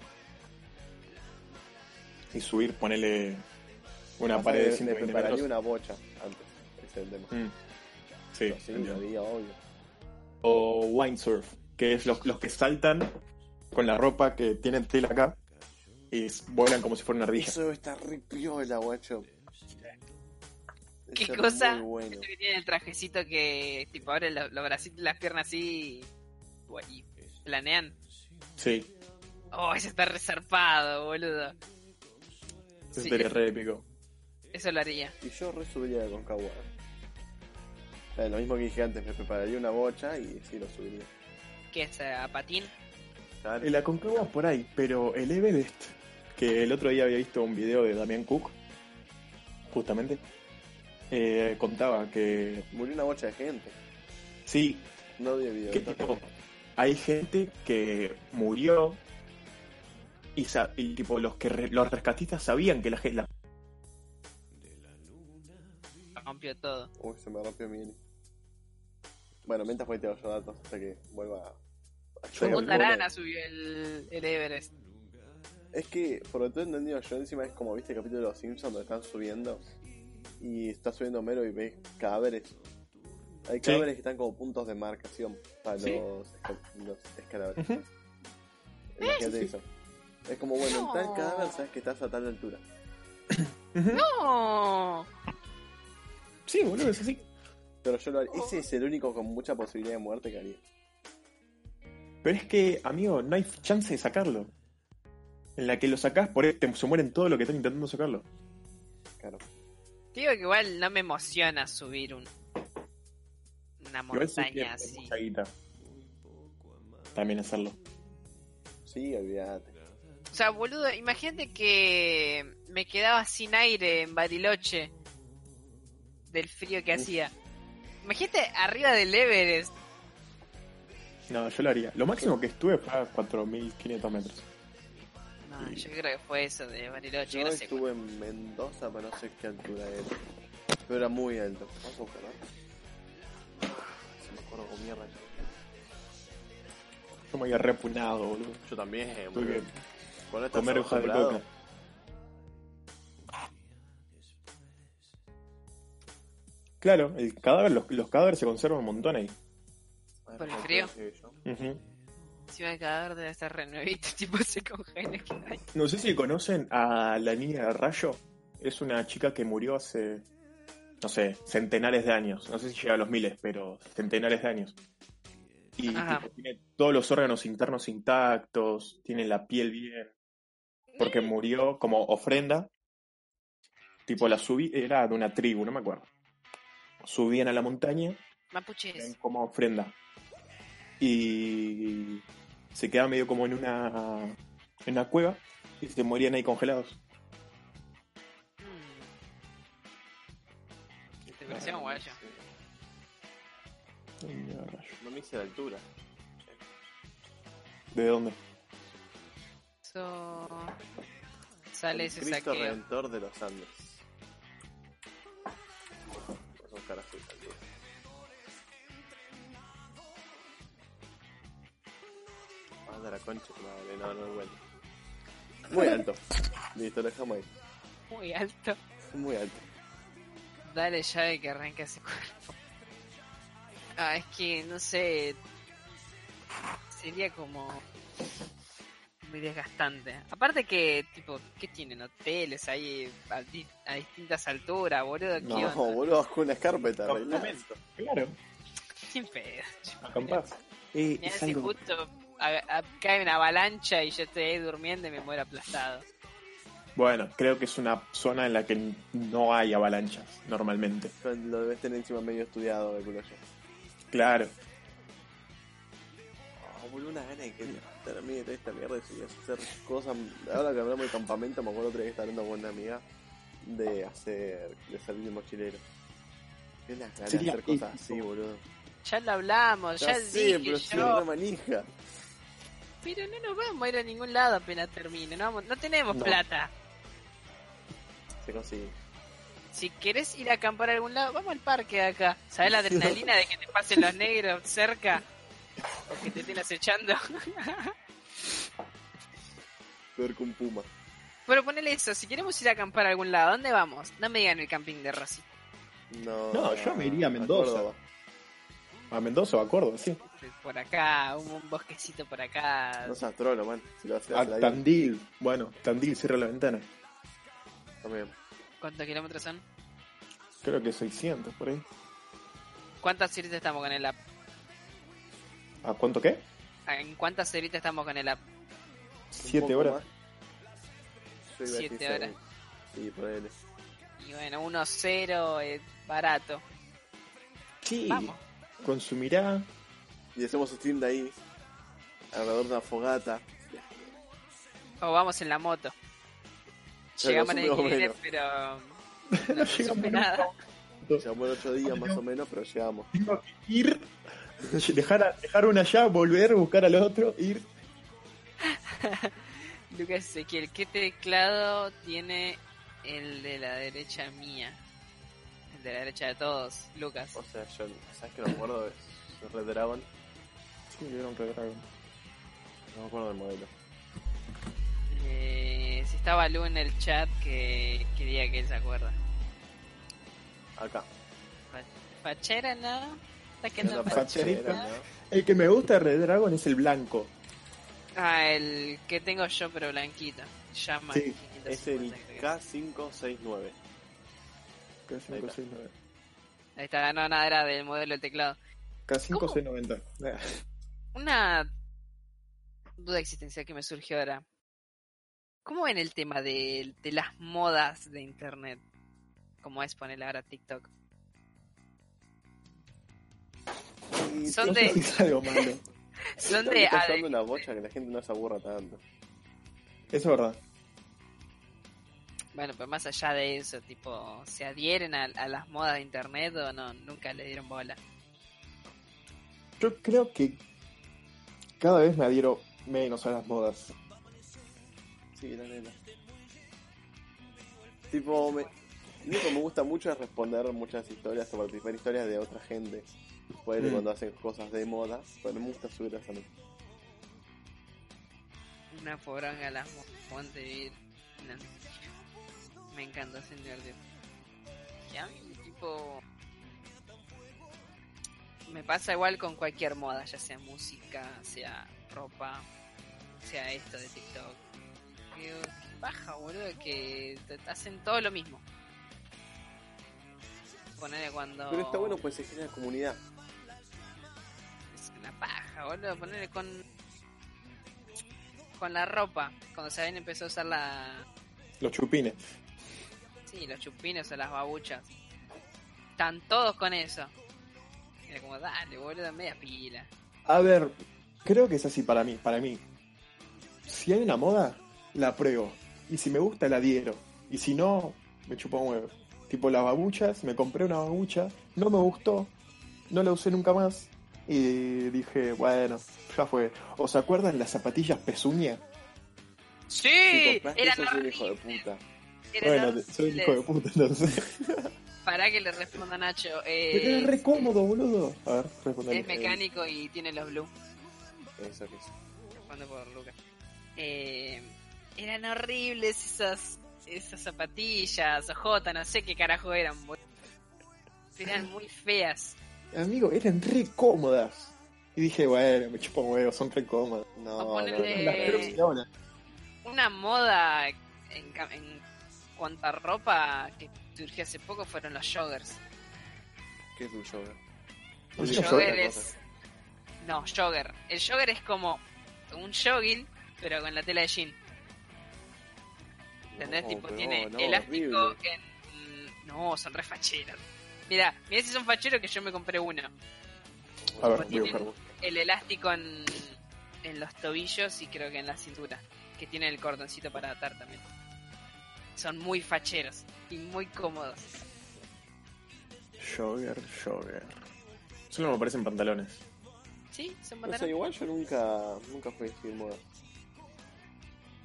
Y subir, ponele. Una
Pasa
pared
que
de
me
120
prepararía
metros.
una bocha antes. Ese es el tema.
Mm. Sí,
Pero sí,
entiendo.
lo haría, obvio.
O windsurf, que es los, los que saltan con la ropa que tienen tela acá y s- vuelan como si fuera una ardilla.
Eso está re piola, guacho. Debe
¿Qué
ser
cosa?
Muy bueno.
Esto que tiene el trajecito que tipo abre los, los bracitos y las piernas así y, y planean.
Sí,
Oh, ese está resarpado, boludo.
eso
Sí,
sería
eso-
re épico.
Eso lo haría.
Y yo re subiría con Concagua. O sea, lo mismo que dije antes, me prepararía una bocha y sí lo subiría.
¿Qué es? ¿A patín?
Claro.
El Aconcagua Eh, por ahí, pero el Everest, que el otro día había visto un video de Damián Cook, justamente, eh, contaba que
Murió una bocha de gente.
sí,
No vi el video.
que tipo, hay gente que murió y, sa- y, tipo los que re- los rescatistas sabían que la gente
Rompió todo.
Uy, se me rompió mi hilo. Bueno, mientras voy a tirar los datos hasta que vuelva a-
Yo
Pero
Un
no-
bueno,
tarana subió el, el Everest.
Es que, por lo que tengo entendido, yo encima es como viste el capítulo de los Simpsons donde están subiendo y está subiendo Homero y ves cadáveres. Hay
Sí.
cadáveres que están como puntos de marcación para
Sí.
los, esca- los escaladores.
Ujú.
Imagínate
sí.
eso. Es como, bueno, en tal
No.
cadáver sabes que estás a tal altura.
Ujú.
¡No!
Sí, boludo, es así.
Pero yo lo haría.
Oh.
Ese es el único con mucha posibilidad de muerte que haría.
Pero es que, amigo, no hay chance de sacarlo. En la que lo sacás, por ahí te- se mueren todos los que están intentando sacarlo.
Claro.
Te Digo que igual no me emociona subir un, una
Igual sí tiene
montaña así.
mucha guita. También hacerlo.
Sí, olvídate.
O sea, boludo, imagínate que me quedaba sin aire en Bariloche del frío que hacía. Imagínate arriba del Everest.
No, yo lo haría. Lo máximo que estuve fue a 4.500 metros.
No, yo creo que fue eso de Bariloche.
Yo
no sé
estuve en Mendoza, pero no sé qué altura era. Pero era muy alto. Vamos a buscar, ¿no? Se me acuerdo con mierda.
Yo me había repunado, boludo.
Yo también, eh,
Tuve
boludo.
que
Cuando estás
comer hoja de
acostumbrado,
coca. Claro, el cadáver, los, los cadáveres se conservan un montón ahí.
a ver,
Por el
¿cuánto
frío.
sigue yo?
Ujú.
Si va a quedar de estar renuevito, tipo se congela. que hay.
No sé si conocen a la niña de Rayo. Es una chica que murió hace, no sé, centenares de años. No sé si llega a los miles, pero centenares de años. Y
Ajá.
tipo, tiene todos los órganos internos intactos, tiene la piel bien, porque murió como ofrenda. Tipo, la subí, era de una tribu, no me acuerdo. Subían a la montaña
Mapuches.
ven como ofrenda. Y se quedaban medio como en una, en una cueva y se morían ahí congelados.
Mm. ¿Te pareció
Ah,
guayo?
sí. No me hice la altura.
¿De dónde?
Eso. Sale
El
ese
Cristo
saqueo.
Redentor de los Andes. Vamos a buscar así, la altura. Anda la concha, tu madre, no, no, bueno. Muy alto. Listo, lo dejamos ahí.
Muy alto.
Muy alto.
Dale llave que arranca ese cuerpo. Ah, es que no sé. Sería como. Muy desgastante. Aparte que, tipo, ¿qué tienen? Hoteles ahí a, di- a distintas alturas, boludo. ¿qué
No,
No,
onda?
boludo, vas con una escarpeta, arreglá.
Claro,
Sin pedo. Yo-
acampás. Eh,
Mirá
es
si
algo.
justo a- a- cae una avalancha y yo estoy ahí durmiendo y me muero aplastado.
Bueno, creo que es una zona en la que no hay avalanchas normalmente.
Yo Lo debes tener encima medio estudiado, calculo yo.
Claro.
Ah, boludo, una gana de que levantar a mí de toda esta mierda y subir a hacer cosas. Ahora que hablamos de campamento, me acuerdo otra vez que estaba hablando con una amiga de hacer, de salir de mochilero. Qué las ganas de
Sería
hacer cosas
épico.
así, boludo.
Ya lo hablamos, ya,
sé,
dije
pero
yo.
soy una manija.
Pero no nos vamos a ir a ningún lado apenas termine. No, vamos- no tenemos
No.
plata.
Se consigue.
Si querés ir a acampar a algún lado, vamos al parque de acá. ¿Sabés la adrenalina de que te pasen los negros cerca? O que te estén acechando.
Peor que un puma.
Pero ponele eso, si queremos ir a acampar a algún lado, ¿dónde vamos? No me digan el camping de Rossi.
No,
No, yo me iría a Mendoza.
Córdoba.
A Mendoza o a Córdoba, sí.
Por acá, un, un bosquecito por acá.
No seas trolo, man. Si lo haces,
A
hazlo ahí.
Tandil. Bueno, Tandil cierra la ventana.
También.
¿Cuántos kilómetros son?
Creo que 600 por ahí.
¿Cuántas horitas estamos con el app?
¿A cuánto qué?
¿En cuántas horitas estamos con el app?
Un
7
poco
horas.
más. Yo iba a decir
Siete
seis.
horas.
Sí, ponele.
Y bueno, uno cero es barato.
Sí.
Vamos.
Consumirá.
Y hacemos un tienda ahí, alrededor de una fogata.
O vamos en la moto.
Pero
Llegamos en el
más o
Quirinés,
menos.
pero. um,
No
No
llegamos
supe
nunca.
nada.
Llevamos ocho días más o menos, pero llegamos.
Tengo que ir. Dejar, a- dejar una allá, volver, buscar al otro, ir.
Lucas Ezequiel, ¿qué teclado tiene el de la derecha mía? El de la derecha de todos, Lucas.
O sea, yo, ¿sabes que no me acuerdo? Es es Red Dragon.
Sí, era un redrago.
No me acuerdo del modelo.
Eh, si estaba Lu en el chat, que quería que él se acuerda.
Acá.
Fachera, ¿no? Está que
Era
no
Una
fachera.
facherita.
fachera, ¿no?
El que me gusta de Redragon es el blanco.
Ah, el que tengo yo, pero blanquito. Llama
Sí,
550,
Es el
creo que es.
K569. Ahí está.
K569.
Ahí está, no, nada, era del modelo del teclado.
K590. Eh,
Una duda existencial que me surgió ahora. ¿Cómo ven el tema de, de las modas de internet? Como es ponerle ahora TikTok.
Y
Son
no
de-
sé si
Es algo malo.
Son
están
de
gastando
adhe-
una bocha que la gente no se aburra tanto.
Eso es verdad.
Bueno, pero más allá de eso, tipo, ¿se adhieren a, a las modas de internet o no? Nunca le dieron bola.
Yo creo que cada vez me adhiero menos a las modas.
Sí, la nena. Tipo, me... lo que me gusta mucho es responder muchas historias o participar en historias de otra gente. Después de
Mm.
cuando hacen cosas de moda, pero me gusta subirlas a mí.
Una poronga a las mo- ponte bien. No. Me encantó ese nervio. Que a mí, tipo. Me pasa igual con cualquier moda, ya sea música, sea ropa, sea esto de TikTok. Digo, qué baja, boludo, que te- te hacen todo lo mismo. Ponele cuando.
Pero está bueno, pues se genera comunidad.
Es una paja, boludo. Ponerle con. Con la ropa. Cuando Sabine empezó a usar la.
Los chupines.
Sí, los chupines o las babuchas. Están todos con eso. Era como, dale, boludo, media pila.
A ver, creo que es así para mí, para mí. Si hay una moda, la pruebo. Y si me gusta, la adhiero. Y si no, me chupa un huevo. Tipo las babuchas, me compré una babucha, no me gustó, no la usé nunca más. Y dije, bueno, ya fue. ¿O se acuerdan las zapatillas pezuña?
Si
¡Sí!
compraste
Eran
eso, sos un hijo de
horribles.
puta.
Eran Eh,
Bueno, soy un hijo de
horribles.
puta, entonces.
Pará que le responda Nacho.
Pero
Eh,
era re cómodo, boludo. A ver, respondale.
es mecánico y tiene los blues.
Eso que es.
Respondo por Lucas. Eh, eran horribles esas, esas zapatillas, ojota, no sé qué carajo eran. boludo. Eran muy feas.
Eh, Amigo, eran re cómodas. Y dije, bueno, me chupa un huevo, son re cómodas.
No, no,
ponerle-
no, no.
Las Crocs de ahora.
Una moda en, ca- en cuanto a ropa que surgió hace poco fueron los joggers.
¿Qué es un yoga?
¿Un
El
¿Los
jogger
yoga?
es... No, jogger. El jogger es como un jogging, pero con la tela de jean. ¿Entendés?
No,
tipo, pues
pero
tiene
no,
elástico
horrible.
en... mm, No, son re facheros. Mira, mira si son facheros que yo me compré uno.
A
Tipo,
ver, voy a
tienen
buscarlo.
el elástico en, en los tobillos y creo que en la cintura, que tiene el cordoncito para atar también. Son muy facheros y muy cómodos.
Jogger, jogger. Solo me parecen pantalones.
¿Sí? ¿Son
No sé,
pantalones?
igual yo nunca, nunca fui a decir moda.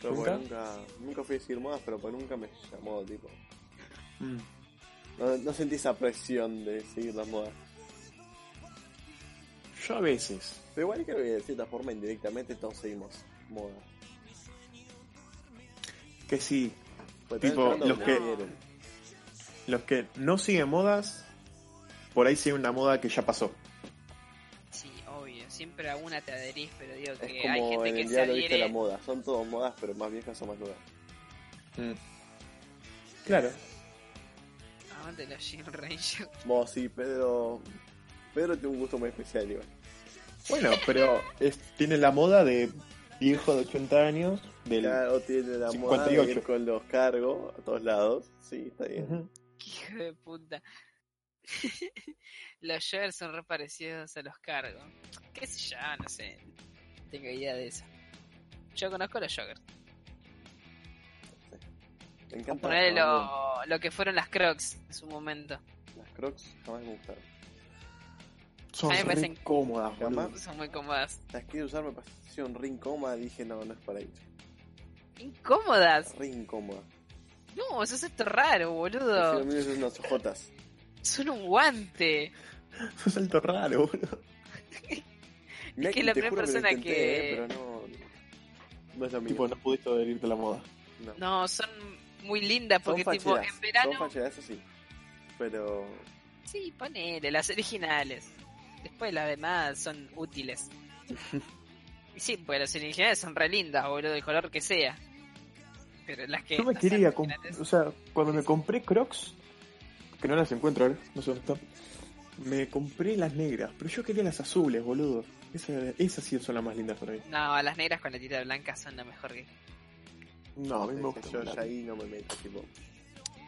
Yo
¿Nunca?
porque nunca, nunca fui a decir modas, pero porque nunca me llamó, tipo.
Mm.
No, no sentí esa presión de seguir las modas.
Yo a veces.
Pero igual creo que de cierta forma indirectamente todos seguimos moda.
Que sí.
Pues
Tipo,
están entrando
los
como
que-
quieren.
Los que no siguen modas, por ahí sigue una moda que ya pasó.
Sí, obvio. Siempre a una te adherís, pero digo
Es
que Eh, hay
como
gente
en
que
el
se
diablo viste la
adhiere.
moda. Son todas modas, pero más viejas o más nuevas.
Mm. Claro.
Aguante los Jean Ranger.
Vos sí, Pedro... Pedro tiene un gusto muy especial, igual.
Bueno, pero es- tiene la moda de viejo de 80 años. Del...
Claro, tiene la moda
58.
de ir con los cargos a todos lados. Sí, está bien.
Ujú.
Qué hijo de puta. los joggers son re parecidos a los cargos. Qué sé yo, no sé. No Tengo idea de eso. Yo conozco los joggers.
Me
O
encanta.
ponerle
ah,
lo, lo que fueron las Crocs en su momento.
no. Las crocs jamás me gustaron.
Son
A mí me
re
parecen-
cómodas, boludo.
Jamás.
Son muy cómodas.
Las quise usar, me parecieron re incómodas. Dije, no, no es para ir.
¿Incómodas?
Re incómoda.
No, eso es esto raro,
Prefiero
boludo.
mil veces unas ojotas.
Son un guante.
Es un salto raro, boludo.
Mirá
que la
te
primera
juro lo
persona
intenté,
que-
eh, pero no... No es lo mismo.
Tipo, no pudiste adherirte a la moda.
no.
No, son muy lindas
Son
porque, tipo,
facheras,
en verano.
Son facheras, eso sí. Pero.
Sí, ponele, las originales. Después las demás son útiles. Y sí, pues las originales son re lindas, boludo, del color que sea. Pero las que.
Yo me
Eh, no sean
quería, com-
originales-
o sea, cuando me compré Crocs, que no las encuentro ahora, no sé dónde están, me compré las negras, pero yo quería las azules, boludo. Esa- Esas sí son las más lindas para mí.
No, las negras con la tira blanca son lo mejor que.
No, a mí me
sé, Yo ya
gusta.
ahí no me meto, tipo.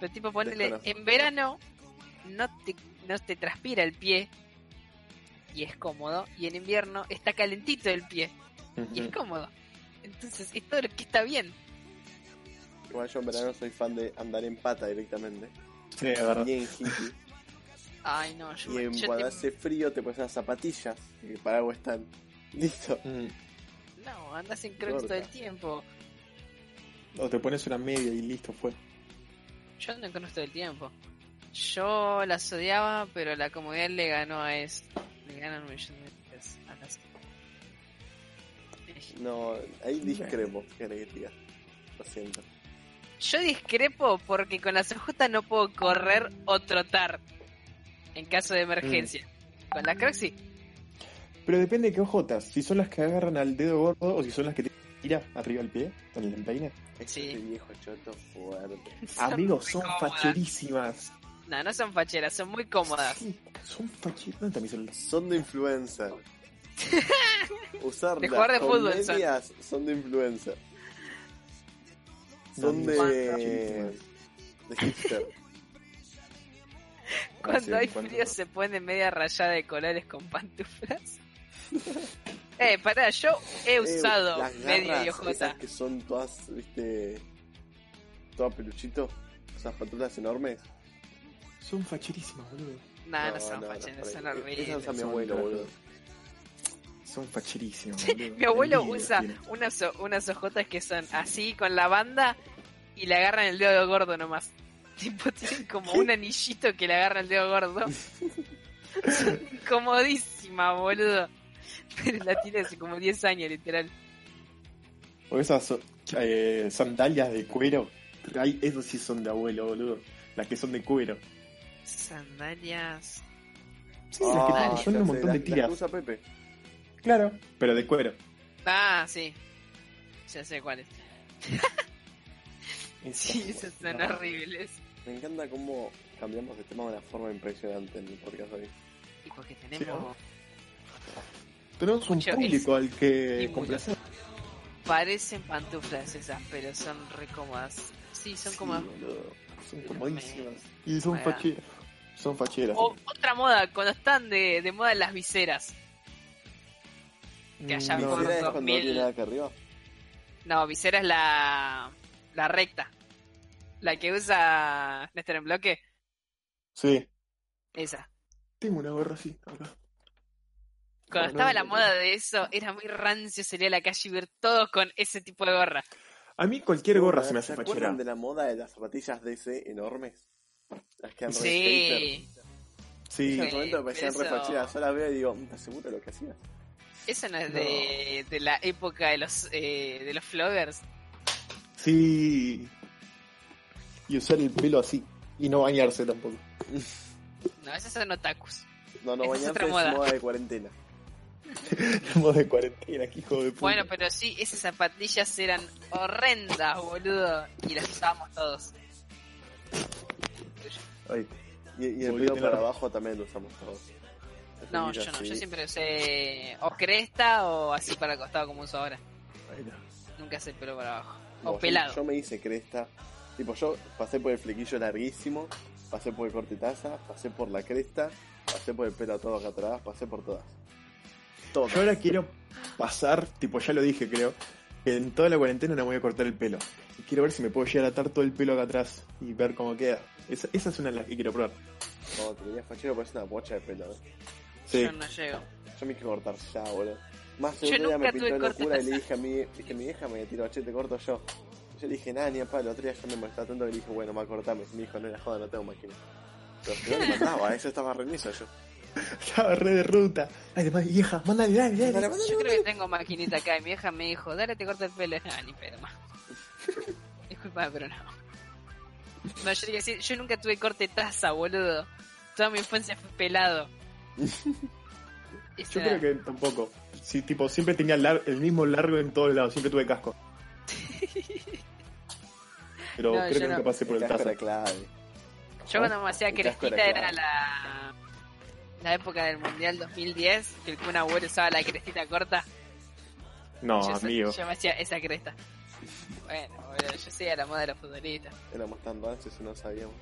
Pero tipo, ponele,
Desconozco.
en verano no te, no te transpira el pie y es cómodo, y en invierno está calentito el pie y es cómodo. Entonces es todo lo que está bien.
Igual yo en verano soy fan de andar en pata directamente.
Sí, es verdad.
Y en hippie.
Ay, no, yo,
Y en
yo
cuando
te-
hace frío te pones las zapatillas. Que para algo están. Listo.
Mm.
No, andas en crocs todo el
Corta.
tiempo.
O te pones una media y listo, fue.
Yo ando en crocs todo el tiempo. Yo las odiaba, pero la comodidad le ganó a eso. Le ganan un millón de veces a las...
No, ahí discrepo, querés que te diga. Lo siento.
Yo discrepo porque con la CJ no puedo correr o trotar en caso de emergencia.
Mm.
Con la Crocs sí.
Pero depende de qué ojotas. Si son las que agarran al dedo gordo o si son las que te tira arriba al pie con el empeine.
Sí.
Este viejo choto fuerte.
Amigos, son
muy cómodas.
facherísimas.
No, no son facheras, son muy cómodas.
Sí, son facherísimas. ¿Dónde está mi celular?
Son de influencer. Usar
De jugar de
las
fútbol son.
comedias son. de influencer. Son
No,
de.
amigos,
de hipster.
Cuando hay
cuando-
frío se pone media rayada de colores con pantuflas. eh, pará, yo he usado
las
medio
garras,
y
esas
ojota.
que son todas, viste. Todas peluchito. Esas pantuflas enormes.
Son facherísimas, boludo.
No, no son
no,
facheras, son
por ahí. Esas
horribles.
son mi
Son
abuelo,
raras.
boludo.
Son facherísimas, boludo.
Mi abuelo
Envidia
usa
tiene.
unas, o- unas ojotas que son así con la banda y le agarran el dedo gordo nomás. Tipo, tienen como un anillito que le agarra el dedo gordo. Son incomodísima, boludo. Pero la tiene hace como 10 años, literal.
O esas so- eh, sandalias de cuero. Ay, esos sí son de abuelo, boludo. Las que son de cuero.
Sandalias.
Sí,
Ah,
las
tienen-
que tienen-
ya
son
sé,
un montón de
las- las que
tiras.
usa Pepe.
Claro, pero de cuero.
Ah, sí. Ya sé cuáles. Sí, esas son
No.
horribles.
Me encanta cómo cambiamos de tema de una forma impresionante en el podcast hoy.
Y porque tenemos.
Tenemos un
Mucho
público al que
y
complacer.
Parecen pantuflas esas, pero son re cómodas. Sí, son
Sí,
como.
boludo. Son comodísimas. Y son
Bueno. Oh,
facheras. Son facheras.
O- otra moda, cuando están de, de moda las viseras. que haya
Mm,
¿Ni
No,
siquiera
no,
es
no,
cuando no
mil-
tiene nada que arriba?
No, visera es la, la recta. La que usa Néstor en bloque,
Sí.
esa.
Tengo una gorra así acá.
Cuando
Bueno,
estaba la
bueno.
moda de eso, era muy rancio salir a la calle y ver todos con ese tipo de gorra.
A mí cualquier gorra se me
¿Se
hace
acuerdan
fachera.
de la moda de las zapatillas DC enormes? Las que han
Sí,
Sí.
En ese momento me parecían
pero
re
eso-
facheras. Yo las veo y digo, "Mm, ¿estás seguro de lo que hacías?
eso no es de, de la época de los eh, de los floggers.
Sí. Y usar el pelo así. Y no bañarse tampoco.
No, esos son otakus.
No,
Esa
no,
es
bañarse
otra
es
moda.
moda. de cuarentena.
Estamos de cuarentena, que hijo de puta.
Bueno, pero sí, esas zapatillas eran horrendas, boludo. Y las usábamos todos.
Ay,
Y, y el
Volví a tener
pelo para
razón.
abajo también lo usamos todos. Las
No,
uñitas
yo no,
así.
yo siempre usé o cresta o así para el costado como uso ahora.
ay, no.
Nunca se pelo para abajo.
No,
O
yo-
pelado.
Yo me hice cresta. Tipo, yo pasé por el flequillo larguísimo, pasé por el corte taza, pasé por la cresta, pasé por el pelo atado acá atrás, pasé por todas. Todas.
Yo ahora quiero pasar, tipo ya lo dije creo, que en toda la cuarentena no me voy a cortar el pelo. Y quiero ver si me puedo llegar a atar todo el pelo acá atrás y ver cómo queda. Esa, esa es una de las que quiero probar.
No, te tenías fachero, parece una bocha de pelo. ¿eh?
Sí.
Yo no llego.
Yo me quiero cortar ya, boludo. Más
Yo
de un día
nunca
me pintó
tuve
de
corte
locura y le
taza.
dije a mi, es que mi vieja me tiró, che, te corto yo. Yo le dije, nada, ni a palo. Otro día ya me molestaba tanto que le dije, bueno, ma, cortame. Mi hijo, no era joda, no tengo máquina. Pero al final le mandaba, eso estaba re liso yo.
Estaba re de ruta. Además, vieja, mándale, dale, dale.
Mándale, mándale.
Yo creo que tengo maquinita acá y mi vieja me dijo, dale, te corto el pelo. Ah, ni pedo más. Disculpa, pero no. No, yo digo así, yo nunca tuve corte taza, boludo. Toda mi infancia fue pelado.
Yo creo que tampoco. Sí, tipo, siempre tenía lar- el mismo largo en todos lados, siempre tuve casco. Pero
No, yo
creo que nunca
no.
pasé por el
El casco
taza.
era clave.
Yo cuando me hacía
El casco
crestita
era
era la, la época del Mundial 2010, que el Kun Agüero usaba la crestita corta.
No,
yo,
amigo.
yo me hacía esa cresta. Bueno, boludo, yo seguía la moda de los futbolistas.
Éramos tan ranchos y no sabíamos.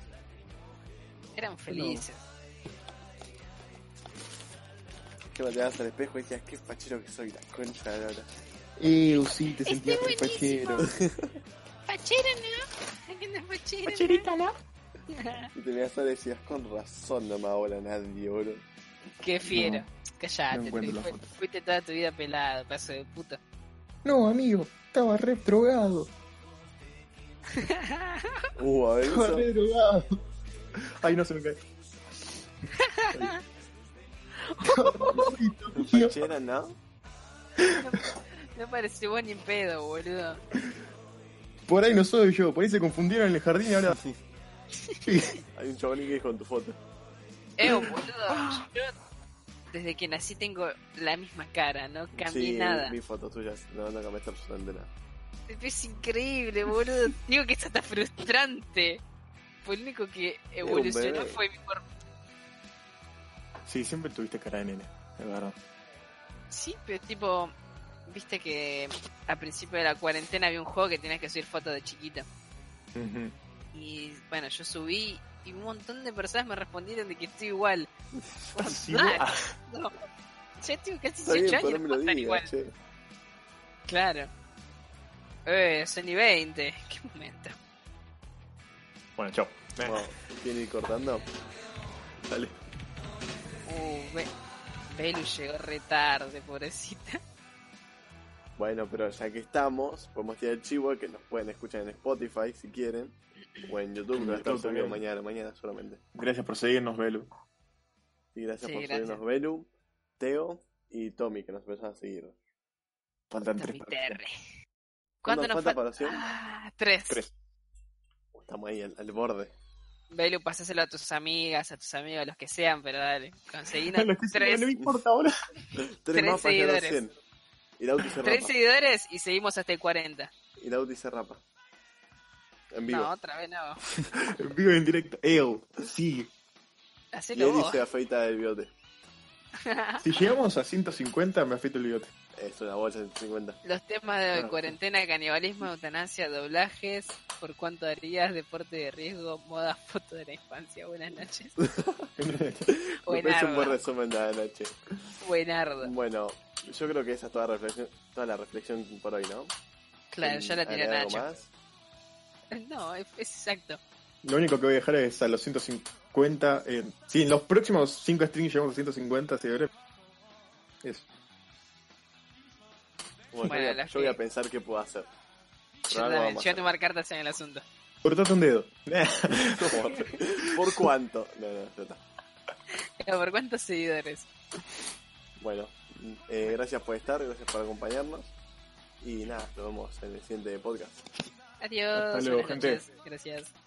Eran felices.
Que me llegabas al espejo y decías, qué fachero que soy, la concha de la hora.
Eh, sí, te
Estoy
sentías re
buenísimo.
fachero.
Fachera, ¿no? ¿A quién es fachera, no?
¿no?
Y te miras a decías, con razón no me abola nadie, boludo.
Qué fiero.
no
Callate,
encuentro
te-
la
fu-
foto.
fuiste toda tu vida pelado, pedazo de puta.
No, amigo, estaba re drogado.
Uh, a ver
Estaba
eso.
re drogado. Ay, no se me cae. Ay, Dios mío.
Fachera, ¿no?
No pareció vos ni en pedo, boludo.
Por ahí no soy yo, por ahí se confundieron en el jardín y ahora.
Hay un chabón que con tu foto.
Eh, boludo. Yo desde que nací tengo la misma cara, no cambié
sí,
nada.
vi fotos tuyas. No, no cambiaste absolutamente nada.
Es increíble, boludo. Digo que es hasta frustrante. Fue el único que
un
evolucionó
bebé.
fue mi cuerpo.
Sí, siempre tuviste cara de nene, es verdad.
Sí, pero tipo, viste que al principio de la cuarentena había un juego que tenías que subir fotos de chiquito.
Ujú.
Y bueno, yo subí y un montón de personas me respondieron de que estoy igual.
Así,
Nah,
ah,
no. Ya tengo casi
Está bien,
18 años
pero no me lo
no estar igual.
digas, che.
Claro. Eh, Sony 20. Qué momento.
Bueno, chao. Eh,
Wow, ¿Quieren ir cortando?
dale.
Uh, Be- Belu llegó re tarde, pobrecita.
Bueno, pero ya que estamos, podemos tirar el chivo que nos pueden escuchar en Spotify si quieren. O en YouTube, que va a estar
YouTube
subido
también.
mañana, mañana solamente.
Gracias por seguirnos, Belu.
Y gracias
Sí,
por
gracias.
seguirnos, Belu, Teo y Tommy, que nos empezaron a seguir.
Faltan tres
Tommy
partidos.
Terry. ¿Cuánto nos
falta
fal-
para Sion?
Ah, tres.
Tres.
Estamos ahí al, al borde.
Belu, pasáselo a tus amigas, a tus amigos, a los que sean, pero dale. Conseguinos
Los que se
tres,
van, no me importa ahora.
Tres,
Tres
mapas de los
seguidores.
100. Y la Auti se
tres
rapa.
seguidores y seguimos hasta el 40.
Y la Auti se rapa. En vivo.
No, otra vez no.
En vivo y en directo. Eo, sí.
y
Hacelo
Eddie
vos.
se afeita el bigote.
Si llegamos a 150, me afeito el bigote.
Es una bocha de 50.
Los temas de hoy,
Claro.
cuarentena, canibalismo, eutanasia, doblajes, por cuánto harías, deporte de riesgo, moda, foto de la infancia, buenas noches.
Me parece un buen
Buenardo,
resumen de la noche.
buenardo.
Bueno, yo creo que esa es toda, reflexión, toda la reflexión por hoy, ¿no?
Claro, ya la tiré
¿Agregar algo
Nacho.
más?
No, es, es exacto.
Lo único que voy a dejar es a los 150. eh, si en los próximos 5 streams llegamos a 150 seguidores. Eso.
Bueno,
Bueno,
yo, voy a,
las
yo voy a
que-
pensar qué puedo hacer.
Yo
algo
también,
vamos a
yo a
hacer.
tomar cartas en el asunto.
Cortate un dedo.
¿Por cuánto? No, no, ya está.
Pero, ¿Por cuántos seguidores?
Bueno, eh, gracias por estar, gracias por acompañarnos. Y nada, nos vemos en el siguiente podcast.
Adiós.
Hasta luego,
buenas
gente.
noches. Gracias.